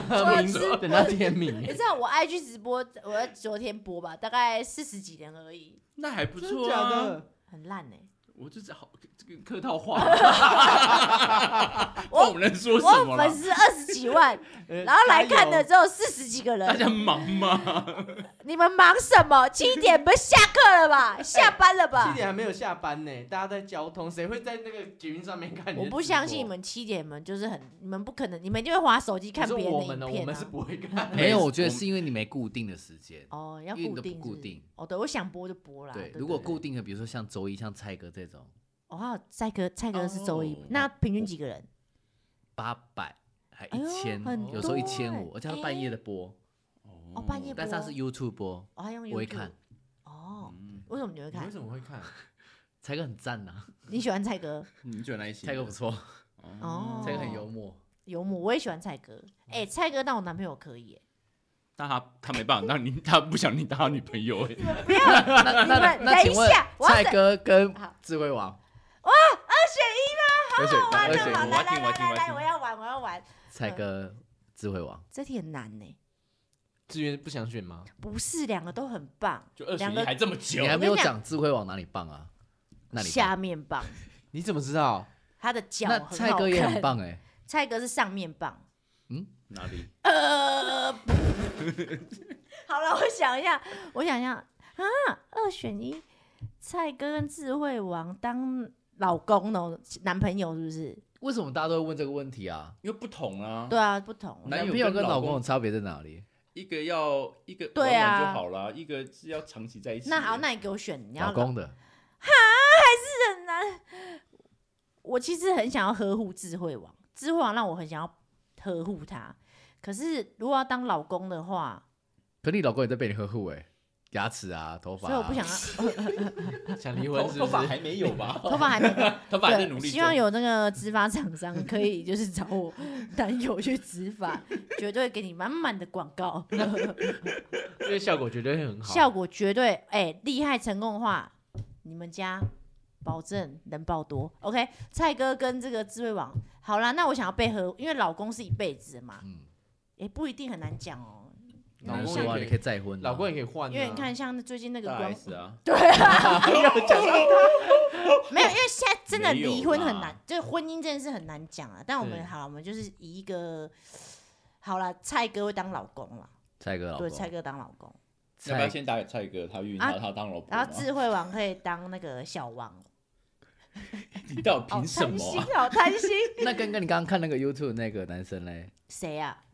[SPEAKER 2] 名，等到签
[SPEAKER 1] 你
[SPEAKER 2] 名
[SPEAKER 1] 知，欸道我 IG 直播，我在昨天播吧，大概四十几人而已，
[SPEAKER 3] 那还不
[SPEAKER 2] 真的
[SPEAKER 3] 错
[SPEAKER 2] 假
[SPEAKER 3] 啊。
[SPEAKER 2] 的？
[SPEAKER 1] 很烂欸呢、
[SPEAKER 3] 我就只好这个客套 话，
[SPEAKER 1] 我
[SPEAKER 3] 我们能说什么
[SPEAKER 1] 我
[SPEAKER 3] 啦
[SPEAKER 1] 粉？丝二十几万，
[SPEAKER 2] 呃
[SPEAKER 1] 然后来看的
[SPEAKER 2] 加油
[SPEAKER 1] 只有四十几个
[SPEAKER 3] 大
[SPEAKER 1] 人，
[SPEAKER 3] 家忙吗？
[SPEAKER 1] 你们忙什么？七点不是下课了吧？下班了
[SPEAKER 2] 七
[SPEAKER 1] 吧？
[SPEAKER 2] 点还没有下班呢，大家在交通，谁会在那个捷运上面看你？
[SPEAKER 1] 我不相信你。们七点们就是很，你们不可能，你们一定会划手机看
[SPEAKER 2] 可
[SPEAKER 1] 别
[SPEAKER 2] 是
[SPEAKER 1] 人
[SPEAKER 2] 我
[SPEAKER 1] 的
[SPEAKER 2] 们呢？
[SPEAKER 1] 影
[SPEAKER 2] 我
[SPEAKER 1] 片
[SPEAKER 2] 们是
[SPEAKER 1] 啊。
[SPEAKER 2] 不会看。
[SPEAKER 5] 没有，我觉得
[SPEAKER 3] 我们
[SPEAKER 5] 是因为你没固定的时间。
[SPEAKER 1] 哦，要
[SPEAKER 5] 因为你
[SPEAKER 1] 固
[SPEAKER 5] 都不
[SPEAKER 1] 定是不
[SPEAKER 5] 固
[SPEAKER 1] 是
[SPEAKER 5] 定
[SPEAKER 1] 哦，对，我想播就播啦。
[SPEAKER 5] 对，
[SPEAKER 1] 对
[SPEAKER 5] 如果
[SPEAKER 1] 对
[SPEAKER 5] 固定的，比如说像周一、像蔡哥这种，
[SPEAKER 1] 哦，还有蔡哥，蔡哥是周一
[SPEAKER 3] 哦，
[SPEAKER 1] 那平均几个人？
[SPEAKER 5] 八百还
[SPEAKER 1] 哎呦
[SPEAKER 5] 一千、
[SPEAKER 1] 很
[SPEAKER 5] 有时候
[SPEAKER 1] 多
[SPEAKER 5] 一千五，
[SPEAKER 1] 哎
[SPEAKER 5] 而且他半夜的播，
[SPEAKER 1] 哦，半夜播。
[SPEAKER 5] 但是他是 YouTube 播，
[SPEAKER 1] 哦，他用
[SPEAKER 5] 我会
[SPEAKER 1] YouTube
[SPEAKER 5] 看。
[SPEAKER 1] 哦，
[SPEAKER 3] 嗯，
[SPEAKER 1] 为什么你会
[SPEAKER 2] 你为
[SPEAKER 1] 看？
[SPEAKER 2] 什么会看？
[SPEAKER 5] 蔡哥很赞呐、
[SPEAKER 1] 你喜欢蔡哥？
[SPEAKER 3] 你喜欢哪一些？
[SPEAKER 5] 蔡哥不错，
[SPEAKER 1] 哦，
[SPEAKER 5] 这个很幽默。
[SPEAKER 1] 幽默，我也喜欢蔡哥。哎、
[SPEAKER 5] 嗯
[SPEAKER 1] 蔡哥当我男朋友可 以、
[SPEAKER 3] 但他他没办法让你，他不想你当他女朋友哎、
[SPEAKER 1] 哎，不要
[SPEAKER 5] 那
[SPEAKER 1] 你
[SPEAKER 5] 那
[SPEAKER 1] 们
[SPEAKER 5] 那，请
[SPEAKER 1] 等一
[SPEAKER 5] 问
[SPEAKER 1] 下我要
[SPEAKER 5] 蔡
[SPEAKER 1] 等
[SPEAKER 5] 哥跟
[SPEAKER 1] 好
[SPEAKER 5] 智慧王
[SPEAKER 1] 二
[SPEAKER 5] 二
[SPEAKER 1] 选
[SPEAKER 5] 选
[SPEAKER 1] 一吗？好好玩
[SPEAKER 5] 二
[SPEAKER 1] 的，
[SPEAKER 5] 选
[SPEAKER 1] 好
[SPEAKER 5] 一
[SPEAKER 1] 来来来
[SPEAKER 3] 我要听
[SPEAKER 1] 来
[SPEAKER 3] 我要
[SPEAKER 1] 来，
[SPEAKER 3] 听
[SPEAKER 1] 我要玩，我要玩。
[SPEAKER 5] 蔡哥智慧王，
[SPEAKER 1] 这题很难呢、
[SPEAKER 2] 志愿不想选吗？
[SPEAKER 1] 不是两个都很棒，
[SPEAKER 3] 就二选
[SPEAKER 1] 两
[SPEAKER 3] 一
[SPEAKER 1] 个
[SPEAKER 3] 还这么久
[SPEAKER 5] 你，还
[SPEAKER 1] 跟
[SPEAKER 5] 没有
[SPEAKER 1] 你讲
[SPEAKER 5] 讲智慧王哪里棒啊？那里棒
[SPEAKER 1] 下面棒，
[SPEAKER 2] 你怎么知道？
[SPEAKER 1] 他的脚
[SPEAKER 5] 那
[SPEAKER 1] 很好
[SPEAKER 5] 蔡哥也很
[SPEAKER 1] 看，
[SPEAKER 5] 棒哎，
[SPEAKER 1] 蔡哥是上面棒。
[SPEAKER 3] 哪里？
[SPEAKER 1] 呃，好了，我想一下，我想一下啊，二选一，蔡哥跟智慧王当老公哦，男朋友是不是？
[SPEAKER 5] 为什么大家都会问这个问题啊？
[SPEAKER 3] 因为不同啊，
[SPEAKER 1] 对啊，不同。
[SPEAKER 3] 男
[SPEAKER 5] 男
[SPEAKER 3] 友
[SPEAKER 5] 朋友
[SPEAKER 3] 跟
[SPEAKER 5] 跟
[SPEAKER 3] 老
[SPEAKER 5] 老
[SPEAKER 3] 公
[SPEAKER 5] 公的差别在哪里？
[SPEAKER 3] 一个要一个
[SPEAKER 1] 对啊
[SPEAKER 3] 玩玩就好了，一个是要长期在一起的。
[SPEAKER 1] 那好，那你给我选，你要
[SPEAKER 5] 老公的，
[SPEAKER 1] 是很难。我其实很想要呵护智慧王，智慧王让我很想要呵护他。可是如果要当老公的话，
[SPEAKER 5] 可你老公也在被你呵护哎，牙齿啊，头发啊，
[SPEAKER 1] 所以我不想要
[SPEAKER 2] 想离婚
[SPEAKER 3] 头
[SPEAKER 2] 是
[SPEAKER 3] 头
[SPEAKER 2] 不
[SPEAKER 3] 发
[SPEAKER 2] 是？
[SPEAKER 3] 还没有吧？
[SPEAKER 1] 头发还没
[SPEAKER 3] 头发还在努
[SPEAKER 1] 对，
[SPEAKER 3] 力中。
[SPEAKER 1] 希望有那个植发厂商可以就是找我 男友去植发，绝对给你满满的广告，
[SPEAKER 2] 这个效果绝对会很好。
[SPEAKER 1] 效果绝对哎厉害成功的话，你们家保证能爆多。OK，蔡哥跟这个智慧网，好啦，那我想要被和，因为老公是一辈子的嘛，
[SPEAKER 5] 嗯
[SPEAKER 1] 也、不一定很难讲哦、
[SPEAKER 5] 老
[SPEAKER 2] 老公也
[SPEAKER 5] 公
[SPEAKER 2] 可
[SPEAKER 5] 的话，
[SPEAKER 2] 以
[SPEAKER 5] 你可以再婚啊。
[SPEAKER 2] 老公也可以换、啊，
[SPEAKER 1] 因为你看，像最近那个
[SPEAKER 3] 大
[SPEAKER 1] 光，
[SPEAKER 3] S 啊，
[SPEAKER 1] 没有，因为现在真的离婚很
[SPEAKER 3] 没有
[SPEAKER 1] 难
[SPEAKER 3] 啦，
[SPEAKER 1] 就是婚姻这件事很难讲啊。但我们
[SPEAKER 2] 对
[SPEAKER 1] 好了，我们就是以一个好了，蔡哥会当老公了，
[SPEAKER 5] 蔡哥老公，
[SPEAKER 1] 对，蔡哥当老公，
[SPEAKER 3] 要不要
[SPEAKER 5] 蔡
[SPEAKER 3] 先打给蔡哥？他愿意
[SPEAKER 1] 啊
[SPEAKER 3] 拿他当老婆
[SPEAKER 1] 然后？
[SPEAKER 3] 吗
[SPEAKER 1] 智慧王可以当那个小王，
[SPEAKER 3] 你到底
[SPEAKER 1] 好
[SPEAKER 3] 凭什
[SPEAKER 1] 贪
[SPEAKER 3] 么
[SPEAKER 1] 心
[SPEAKER 3] 啊？，
[SPEAKER 1] 好贪 心，
[SPEAKER 5] 那跟跟你刚刚看那个 YouTube 那个男生嘞，
[SPEAKER 1] 谁啊？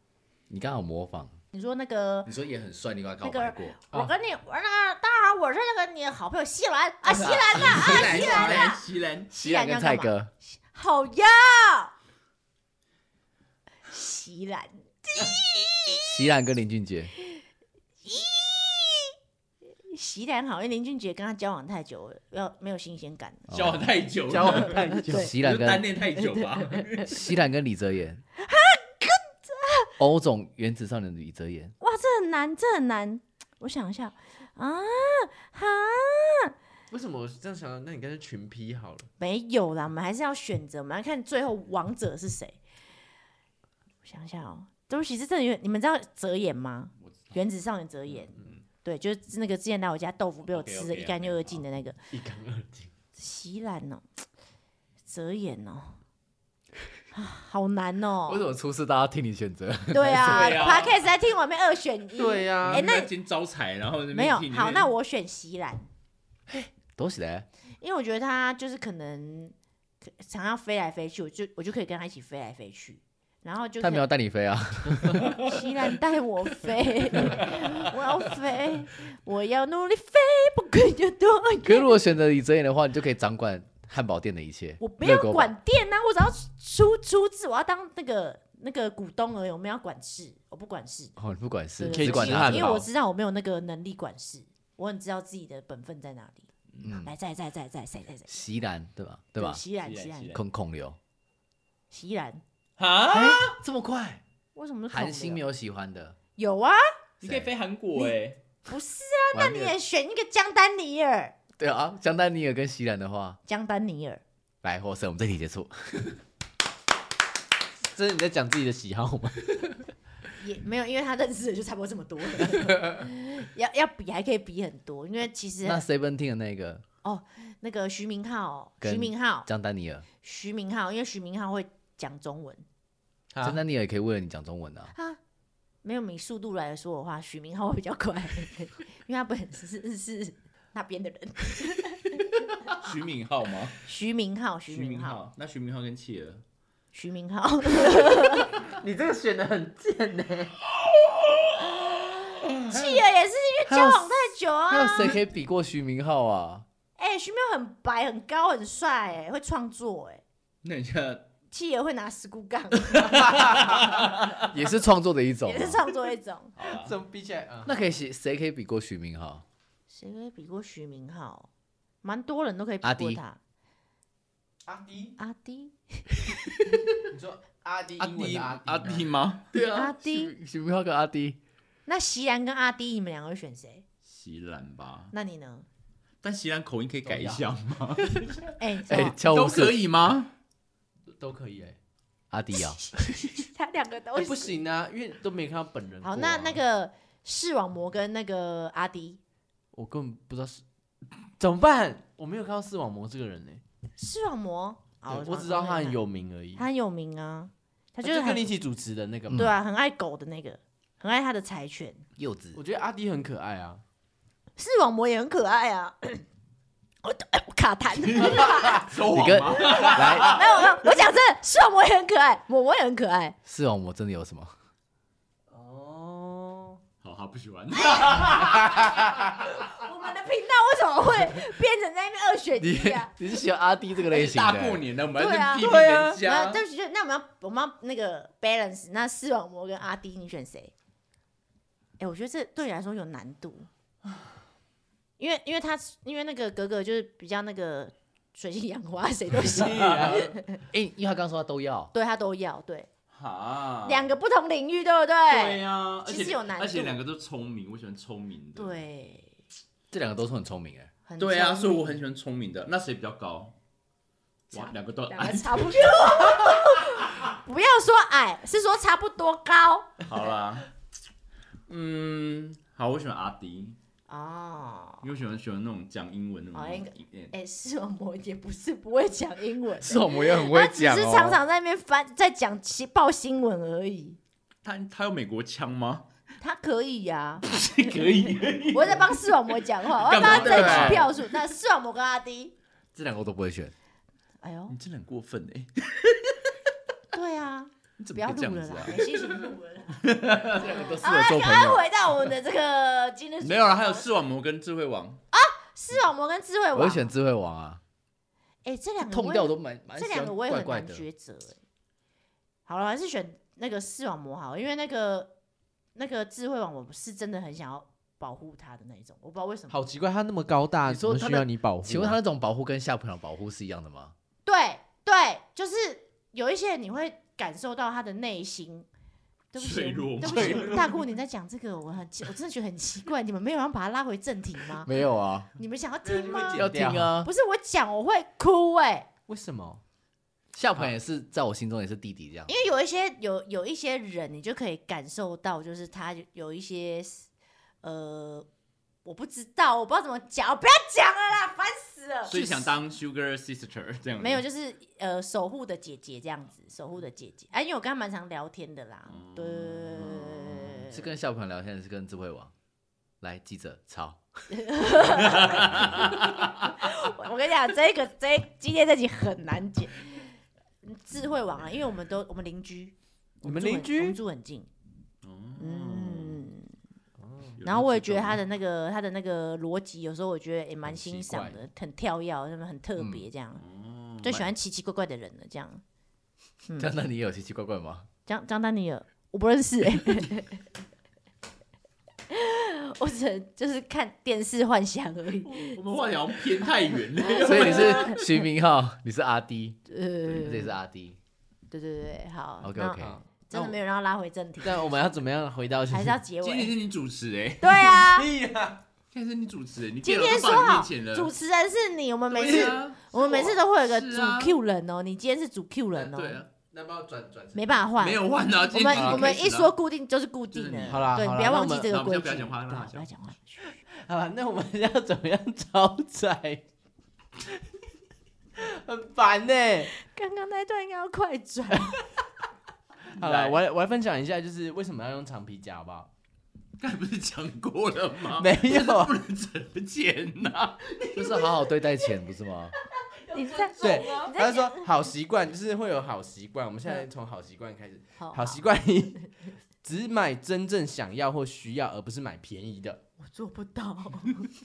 [SPEAKER 5] 你刚好模仿，
[SPEAKER 1] 你说那个，
[SPEAKER 5] 你说也很帅，你刚
[SPEAKER 1] 告白
[SPEAKER 5] 过，
[SPEAKER 1] 我跟你，我那个，当然我是那个你的好朋友西兰啊，西兰 呐，
[SPEAKER 3] 西兰，西兰，西兰，
[SPEAKER 5] 西兰跟蔡哥，
[SPEAKER 1] 好呀，西兰，
[SPEAKER 5] 西兰跟林俊杰，
[SPEAKER 1] 西兰好，因为林俊杰跟他交往太久了，要没有新鲜感了。
[SPEAKER 3] 交往太久了，
[SPEAKER 2] 交往太久，
[SPEAKER 1] 对
[SPEAKER 5] 哦西兰
[SPEAKER 3] 就单
[SPEAKER 5] 跟
[SPEAKER 3] 恋太久吧？
[SPEAKER 5] 西兰跟李泽言，欧总原子少年的李泽言，
[SPEAKER 1] 哇，这很难，这很难。我想一下啊，哈，
[SPEAKER 2] 为什么我这样想？那你干脆群批好了。
[SPEAKER 1] 没有啦，我们还是要选择，我们来看最后王者是谁。我想一下哦，对不起，这真的有点，你们知道泽言吗？ 原子少年泽言，
[SPEAKER 5] 嗯
[SPEAKER 1] 对，就是那个之前来我家豆腐被我
[SPEAKER 3] OK，OK，
[SPEAKER 1] 吃的一干二净的那个
[SPEAKER 2] 一干二净。
[SPEAKER 1] 席兰哦，泽言哦。 啊好难哦、
[SPEAKER 5] 为什么出事大家替你选择？
[SPEAKER 1] 对啊
[SPEAKER 3] 对啊
[SPEAKER 1] p o d c a s 在听完被二选一，
[SPEAKER 2] 对
[SPEAKER 5] 啊
[SPEAKER 2] 呀、
[SPEAKER 1] 哎那
[SPEAKER 3] 今招财，然后
[SPEAKER 1] 没有好，那我选席兰，
[SPEAKER 5] 都是嘞，
[SPEAKER 1] 因为我觉得他就是可能可常常飞来飞去，我就我就可以跟他一起飞来飞去，然后就
[SPEAKER 5] 他没
[SPEAKER 1] 可
[SPEAKER 5] 有带你飞啊，
[SPEAKER 1] 以希兰带我 飞，我要飞，我要努力飞，不管有多
[SPEAKER 5] 可是
[SPEAKER 1] 远。
[SPEAKER 5] 如果选择李泽言的话，你就可以掌管汉堡店的一切。
[SPEAKER 1] 我不要
[SPEAKER 5] 热狗堡
[SPEAKER 1] 管店啊，我只要出出资，我要当那个那个股东而已，我们要管事，我不管事，
[SPEAKER 5] 哦，你不管事，
[SPEAKER 1] 对
[SPEAKER 5] 只管
[SPEAKER 2] 可以吃汉堡
[SPEAKER 5] 他
[SPEAKER 1] 因为我知道我没有那个能力管事，我很知道自己的本分在哪里。
[SPEAKER 5] 嗯
[SPEAKER 1] 来，再再再再再再再，
[SPEAKER 5] 席兰对吧？对吧？
[SPEAKER 1] 席兰
[SPEAKER 3] 席兰
[SPEAKER 1] 席兰
[SPEAKER 3] 席兰
[SPEAKER 5] 孔孔刘，
[SPEAKER 1] 席兰，
[SPEAKER 3] 啊，
[SPEAKER 5] 这么快？
[SPEAKER 1] 为什么是
[SPEAKER 5] 韩
[SPEAKER 1] 孔
[SPEAKER 5] 星
[SPEAKER 1] 刘
[SPEAKER 5] 没有喜欢的，
[SPEAKER 1] 有啊？
[SPEAKER 3] 你可以飞韩国哎，
[SPEAKER 1] 不是 那
[SPEAKER 5] 那
[SPEAKER 1] 你也选一个江丹尼尔，
[SPEAKER 5] 对啊？江丹尼尔跟席兰的话，
[SPEAKER 1] 江丹尼尔，
[SPEAKER 5] 来，获胜，我们这题结束。
[SPEAKER 2] 这是你在讲自己的喜好吗？
[SPEAKER 1] 也没有，因为他认识的就差不多这么多了， 要要比还可以比很多，因为其实
[SPEAKER 5] 那 Seventeen 的那个
[SPEAKER 1] 那个徐明浩，
[SPEAKER 5] 跟
[SPEAKER 1] 徐明浩，
[SPEAKER 5] 江丹尼尔，
[SPEAKER 1] 徐明浩，因为徐明浩会讲中文
[SPEAKER 5] 江丹尼尔也可以为了你讲中文啊。
[SPEAKER 1] 啊，没有以速度来说的话，徐明浩会比较快，因为他本身是是那边的人，
[SPEAKER 3] 徐敏浩 吗？
[SPEAKER 1] 徐明浩，
[SPEAKER 3] 徐
[SPEAKER 1] 徐
[SPEAKER 3] 敏
[SPEAKER 1] 明浩，
[SPEAKER 3] 浩，那徐敏浩跟企鹅，
[SPEAKER 1] 徐明浩，
[SPEAKER 2] 你这个选的很贱呢、
[SPEAKER 1] 气儿也是因为
[SPEAKER 5] 还有
[SPEAKER 1] 交往太久
[SPEAKER 5] 还有
[SPEAKER 1] 啊，
[SPEAKER 5] 谁可以比过徐明浩啊？
[SPEAKER 1] 哎、徐明浩很白、很高、很帅、哎，会创作、哎。
[SPEAKER 3] 那你看
[SPEAKER 1] 企鹅会拿石箍杠，
[SPEAKER 5] 也是创作的一种啊
[SPEAKER 1] 也。是创作一种。
[SPEAKER 3] 好了，
[SPEAKER 2] 怎么比起来啊？
[SPEAKER 5] 那可以谁谁可以比过徐明浩？
[SPEAKER 1] 谁会比过徐明浩？蛮多人都可以比
[SPEAKER 5] 阿
[SPEAKER 1] 过
[SPEAKER 5] 迪
[SPEAKER 1] 他。
[SPEAKER 2] 阿迪，
[SPEAKER 1] 阿迪，
[SPEAKER 2] 你说阿迪
[SPEAKER 3] 阿
[SPEAKER 2] 英文
[SPEAKER 3] 弟
[SPEAKER 2] 的阿迪
[SPEAKER 3] 阿弟吗？
[SPEAKER 5] 对啊，
[SPEAKER 1] 阿迪
[SPEAKER 5] 许许飘跟阿迪，
[SPEAKER 1] 那席然跟阿迪，你们两个会选谁？
[SPEAKER 3] 席兰吧，
[SPEAKER 1] 那你呢？
[SPEAKER 3] 但席兰口音可以改一下吗？
[SPEAKER 1] 哎、
[SPEAKER 5] 哎、
[SPEAKER 1] 什么
[SPEAKER 5] 敲
[SPEAKER 3] 都
[SPEAKER 5] 五
[SPEAKER 3] 可
[SPEAKER 5] 次，
[SPEAKER 3] 以吗？
[SPEAKER 2] 都可以哎、
[SPEAKER 5] 阿迪啊，
[SPEAKER 1] 他两个都
[SPEAKER 2] 哎
[SPEAKER 1] 会
[SPEAKER 2] 不行啊，因为都没看到本人、啊
[SPEAKER 1] 好，那那，个视网膜跟那个阿迪，
[SPEAKER 2] 我根本不知道是怎么办，我没有看到视网膜这个人呢、
[SPEAKER 1] 视网膜，好
[SPEAKER 2] 我只知道他很，
[SPEAKER 1] 马上看
[SPEAKER 2] 有名而已。
[SPEAKER 1] 他很有名啊，他
[SPEAKER 2] 他
[SPEAKER 1] 就是
[SPEAKER 2] 跟
[SPEAKER 1] 很
[SPEAKER 2] 你一起主持的那个嘛。
[SPEAKER 1] 对啊，很爱狗的那个，很爱他的柴犬。
[SPEAKER 5] 柚子
[SPEAKER 2] 我觉得阿迪很可爱啊，
[SPEAKER 1] 视网膜也很可爱啊。我哎我卡 痰，没有
[SPEAKER 3] 说
[SPEAKER 5] 你
[SPEAKER 3] 谎
[SPEAKER 5] 跟
[SPEAKER 3] 吗？
[SPEAKER 5] 来
[SPEAKER 1] 没有，我讲真的，视网膜也很可爱，膜膜也很可爱。
[SPEAKER 5] 视网膜真的有什么？
[SPEAKER 2] 哦，
[SPEAKER 3] 好，他不喜欢。
[SPEAKER 1] 我们的频道为什么会变成在那边二选
[SPEAKER 5] 你
[SPEAKER 1] 一啊？
[SPEAKER 5] 你是喜欢阿迪这个类型的？
[SPEAKER 3] 大过年的，我们
[SPEAKER 1] 对啊
[SPEAKER 3] 还是批评人
[SPEAKER 1] 没有，
[SPEAKER 3] 家。
[SPEAKER 1] 对不起，就那我们要我们要那个 balance，那视网膜跟阿迪，你选谁？哎、我觉得这对你来说有难度，因为因为他因为那个格格就是比较那个水性杨花，谁都 行，
[SPEAKER 3] 啊
[SPEAKER 5] 哎、因为他刚说他都要，
[SPEAKER 1] 对他都要，对
[SPEAKER 3] 哈，
[SPEAKER 1] 两个不同领域，对不对？
[SPEAKER 3] 啊对啊呀，
[SPEAKER 1] 其实有难度
[SPEAKER 3] 而且两个都聪明，我喜欢聪明的。
[SPEAKER 1] 对，
[SPEAKER 5] 这两个都是很聪明哎。
[SPEAKER 1] 很
[SPEAKER 3] 对啊，
[SPEAKER 1] 聪
[SPEAKER 3] 所以
[SPEAKER 1] 明
[SPEAKER 3] 我很喜欢聪明的。那谁比较高？哇，两个都
[SPEAKER 1] 两
[SPEAKER 3] 矮
[SPEAKER 1] 个。差不多。 不要说矮，是说差不多高
[SPEAKER 3] 好啦，嗯，好，我喜欢阿迪，
[SPEAKER 1] 哦。
[SPEAKER 3] 因为我喜欢喜欢那种讲英文的那
[SPEAKER 1] 好应
[SPEAKER 3] 种
[SPEAKER 1] 该。哎、视网膜也不是不会讲英 文，
[SPEAKER 5] 视网膜也很
[SPEAKER 1] 他
[SPEAKER 5] 会
[SPEAKER 1] 只
[SPEAKER 5] 讲
[SPEAKER 1] 是
[SPEAKER 5] 哦。
[SPEAKER 1] 常常在那边翻，在讲新报新闻而已。
[SPEAKER 3] 他他有美国腔 吗？
[SPEAKER 1] 他可以 呀、
[SPEAKER 3] 可以。
[SPEAKER 1] 我在帮视网膜讲话，我要
[SPEAKER 3] 干嘛
[SPEAKER 1] 帮他争
[SPEAKER 3] 对啊
[SPEAKER 1] 取票数。那视网膜跟阿迪，
[SPEAKER 5] 这两个我都不会选。
[SPEAKER 1] 哎呦
[SPEAKER 3] 你，真的很过分 哎！
[SPEAKER 1] 对 啊，
[SPEAKER 3] 你怎
[SPEAKER 1] 不
[SPEAKER 3] 么
[SPEAKER 1] 要
[SPEAKER 3] 可以这
[SPEAKER 1] 录
[SPEAKER 3] 样
[SPEAKER 1] 了
[SPEAKER 3] 子
[SPEAKER 1] 啦哎
[SPEAKER 3] 啊，？
[SPEAKER 1] 没心情录了啦。
[SPEAKER 5] 这两个都适
[SPEAKER 1] 好
[SPEAKER 5] 合
[SPEAKER 1] 了，赶
[SPEAKER 5] 做朋
[SPEAKER 1] 快
[SPEAKER 5] 友。
[SPEAKER 1] 回哎到我们的这个今天
[SPEAKER 3] 没有了，还有视网膜跟智慧网。
[SPEAKER 1] 视网膜跟智慧
[SPEAKER 5] 我
[SPEAKER 1] 网
[SPEAKER 5] 会。选智慧王啊，
[SPEAKER 1] 哎、这两个
[SPEAKER 5] 痛
[SPEAKER 1] 我也
[SPEAKER 5] 掉我都蛮蛮
[SPEAKER 1] 这
[SPEAKER 5] 喜欢
[SPEAKER 1] 两个我也
[SPEAKER 5] 怪
[SPEAKER 1] 很
[SPEAKER 5] 怪
[SPEAKER 1] 难
[SPEAKER 5] 的。
[SPEAKER 1] 抉择、欸。好了，我还是选那个视网膜好了，因为那个那个智慧网我是真的很想要保护它的那一种，我不知道为什么。
[SPEAKER 2] 好奇怪，他那么高大，
[SPEAKER 5] 你说
[SPEAKER 2] 怎么
[SPEAKER 5] 他
[SPEAKER 2] 需
[SPEAKER 5] 的
[SPEAKER 2] 要你保护啊？
[SPEAKER 5] 请问他那种保护跟下朋友保护是一样的吗？
[SPEAKER 1] 对对，就是有一些你会感受到他的内心。对不起，
[SPEAKER 3] 脆弱
[SPEAKER 1] 对不
[SPEAKER 3] 脆
[SPEAKER 1] 起，大姑，你在讲这个，我很奇，我真的觉得很奇怪，你们没有人把它拉回正题吗？
[SPEAKER 5] 没有啊，
[SPEAKER 1] 你们想要听吗？
[SPEAKER 5] 要听啊。
[SPEAKER 1] 不是我讲我会哭哎、
[SPEAKER 2] 为什么？
[SPEAKER 5] 下朋友也是在我心中也是弟弟这样
[SPEAKER 1] 因。为有一些有有一些人，你就可以感受到，就是他有有一些呃，我不知道，我不知道怎么讲，我不要讲了啦，烦死了。
[SPEAKER 3] 所以想当 Sugar Sister 这样子
[SPEAKER 1] 没有，就是呃，守护的姐姐这样子，守护的姐姐。哎、因为我跟她蛮常聊天的啦，对对对
[SPEAKER 5] 是跟下朋友聊天，还是跟智慧王？来，记者抄。
[SPEAKER 1] 我跟你讲，这个这一今天这集很难解。智慧王啊，因为我们都我们邻居，
[SPEAKER 2] 你们
[SPEAKER 1] 住很
[SPEAKER 2] 邻
[SPEAKER 1] 我
[SPEAKER 2] 居
[SPEAKER 1] 们？住很近，
[SPEAKER 3] 哦
[SPEAKER 1] 嗯。
[SPEAKER 3] 有
[SPEAKER 1] 然后我也
[SPEAKER 3] 这
[SPEAKER 1] 觉得
[SPEAKER 3] 种
[SPEAKER 1] 他的那个他的那个逻辑，有时候我觉得也蛮
[SPEAKER 2] 很
[SPEAKER 1] 欣
[SPEAKER 2] 奇
[SPEAKER 1] 赏
[SPEAKER 2] 怪
[SPEAKER 1] 的，很跳跃，那么很特别这样，
[SPEAKER 3] 哦
[SPEAKER 1] 就喜欢奇奇怪怪的人了这样。嗯
[SPEAKER 5] 江丹，你也有奇奇怪怪吗？
[SPEAKER 1] 张张丹尼尔，我不认识、欸， 我只能就是看电视幻想而已。
[SPEAKER 3] 我们话题好像偏太远了。
[SPEAKER 5] 所以 你是徐明浩，你是阿迪，这也
[SPEAKER 1] 呃，
[SPEAKER 5] 是阿迪。
[SPEAKER 1] 对对对，好
[SPEAKER 5] OK
[SPEAKER 1] 那
[SPEAKER 5] OK，
[SPEAKER 2] 好
[SPEAKER 1] 真的没有让他拉回正题，
[SPEAKER 2] 但我们要怎么样回到？
[SPEAKER 1] 还是要结
[SPEAKER 3] 今
[SPEAKER 1] 尾。
[SPEAKER 3] 天是你主持哎，
[SPEAKER 1] 对啊，
[SPEAKER 3] 今天是你主持哎，你
[SPEAKER 1] 今
[SPEAKER 3] 电脑
[SPEAKER 1] 天
[SPEAKER 3] 都
[SPEAKER 1] 说
[SPEAKER 3] 放你
[SPEAKER 1] 好
[SPEAKER 3] 面前了
[SPEAKER 1] 主持人是你，我们每
[SPEAKER 3] 对
[SPEAKER 1] 次
[SPEAKER 3] 啊
[SPEAKER 1] 我们每次都会有个
[SPEAKER 3] 是
[SPEAKER 1] 主
[SPEAKER 3] 啊
[SPEAKER 1] Q 人哦，你今天是主 Q 人哦
[SPEAKER 3] 对，啊，
[SPEAKER 2] 那不要转转
[SPEAKER 1] 没办法换，
[SPEAKER 3] 没有换啊。
[SPEAKER 1] 我
[SPEAKER 3] 今天
[SPEAKER 1] 们
[SPEAKER 3] 已经
[SPEAKER 1] 我们
[SPEAKER 3] 开始
[SPEAKER 1] 一
[SPEAKER 3] 了
[SPEAKER 1] 说固定就是固定
[SPEAKER 3] 就是
[SPEAKER 1] 的，
[SPEAKER 3] 你
[SPEAKER 2] 好啦
[SPEAKER 1] 对，
[SPEAKER 2] 好
[SPEAKER 1] 你
[SPEAKER 2] 啦
[SPEAKER 1] 不要忘
[SPEAKER 2] 那
[SPEAKER 1] 记
[SPEAKER 2] 我们
[SPEAKER 1] 这
[SPEAKER 3] 那
[SPEAKER 1] 个
[SPEAKER 3] 我们
[SPEAKER 1] 规
[SPEAKER 3] 先
[SPEAKER 1] 矩。
[SPEAKER 3] 不要讲话
[SPEAKER 1] 对啊
[SPEAKER 3] 让他
[SPEAKER 1] 不要讲话。
[SPEAKER 2] 好吧，那我们要怎么样招仔？很烦欸呢、
[SPEAKER 1] 刚刚那一段应该要快转，
[SPEAKER 2] 好了，我来我来分享一下，就是为什么要用长皮夹，好不好？
[SPEAKER 3] 刚才不是讲过了 吗？
[SPEAKER 2] 没
[SPEAKER 1] 啊
[SPEAKER 2] 有啊
[SPEAKER 3] 就是 不能折钱呐。
[SPEAKER 1] 嗯
[SPEAKER 5] 就是好好对待钱，不是吗？
[SPEAKER 1] 你在
[SPEAKER 2] 对，
[SPEAKER 1] 你
[SPEAKER 2] 他
[SPEAKER 1] 在
[SPEAKER 2] 就 说好习惯就是会有好习惯，我们现在从好习惯开始。
[SPEAKER 1] 好
[SPEAKER 2] 好习惯一， 只买真正想要或需要，而不是买便宜的。
[SPEAKER 1] 我做不到，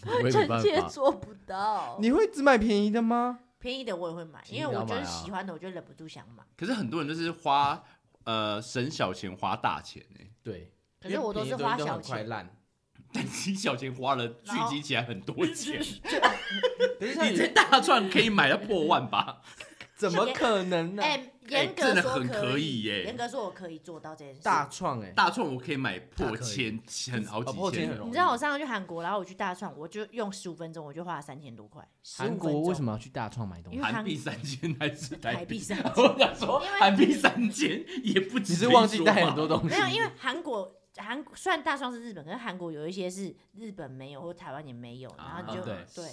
[SPEAKER 5] 我也没
[SPEAKER 1] 臣
[SPEAKER 5] 办
[SPEAKER 1] 妾
[SPEAKER 5] 法。
[SPEAKER 1] 做不到。
[SPEAKER 2] 你会只买便宜的吗？
[SPEAKER 1] 便宜的我也会买，
[SPEAKER 5] 便宜
[SPEAKER 1] 因为
[SPEAKER 5] 的
[SPEAKER 1] 我
[SPEAKER 5] 要
[SPEAKER 1] 觉得
[SPEAKER 5] 买啊
[SPEAKER 1] 喜欢的，我就忍不住想买。
[SPEAKER 3] 可是很多人就是花呃省小钱花大钱哎，
[SPEAKER 2] 对，
[SPEAKER 1] 可是我都是
[SPEAKER 2] 因为便宜
[SPEAKER 1] 花
[SPEAKER 2] 的
[SPEAKER 1] 小
[SPEAKER 2] 很快
[SPEAKER 1] 钱，
[SPEAKER 2] 烂。
[SPEAKER 3] 但你小钱花了，聚
[SPEAKER 1] 然后
[SPEAKER 3] 集起来很多钱。
[SPEAKER 2] 可是像
[SPEAKER 3] 你
[SPEAKER 2] 有
[SPEAKER 3] 这大串可以买到破万吧？
[SPEAKER 2] 怎么可能呢、
[SPEAKER 1] 哎、严格
[SPEAKER 3] 真的
[SPEAKER 1] 说
[SPEAKER 3] 很可以
[SPEAKER 1] 以
[SPEAKER 3] 耶
[SPEAKER 1] 严格说我可以做到这件事。
[SPEAKER 2] 大创哎、
[SPEAKER 3] 大创我可以买破千，很好
[SPEAKER 2] 哦破
[SPEAKER 3] 几
[SPEAKER 2] 千很
[SPEAKER 3] 千
[SPEAKER 2] 容易
[SPEAKER 1] 你知道我上次去韩国，然后我去大创，我就用十五分钟，我就花了三千多块。
[SPEAKER 2] 韩国为什
[SPEAKER 1] 么？
[SPEAKER 2] 么要去大创买东
[SPEAKER 1] 因
[SPEAKER 2] 西
[SPEAKER 1] 为？
[SPEAKER 3] 韩
[SPEAKER 1] 韩
[SPEAKER 3] 币三千还是台
[SPEAKER 1] 台币
[SPEAKER 3] 币？
[SPEAKER 1] 三千
[SPEAKER 3] 我想说
[SPEAKER 1] 因为
[SPEAKER 3] 韩币三千也不止，
[SPEAKER 2] 你是忘记带很多
[SPEAKER 3] 东
[SPEAKER 2] 东西
[SPEAKER 1] 没？有，因为韩国韩虽然大双是日本，可是韩国有一些是日本没有，或台湾也没有，然后你就、
[SPEAKER 2] 啊对
[SPEAKER 1] 对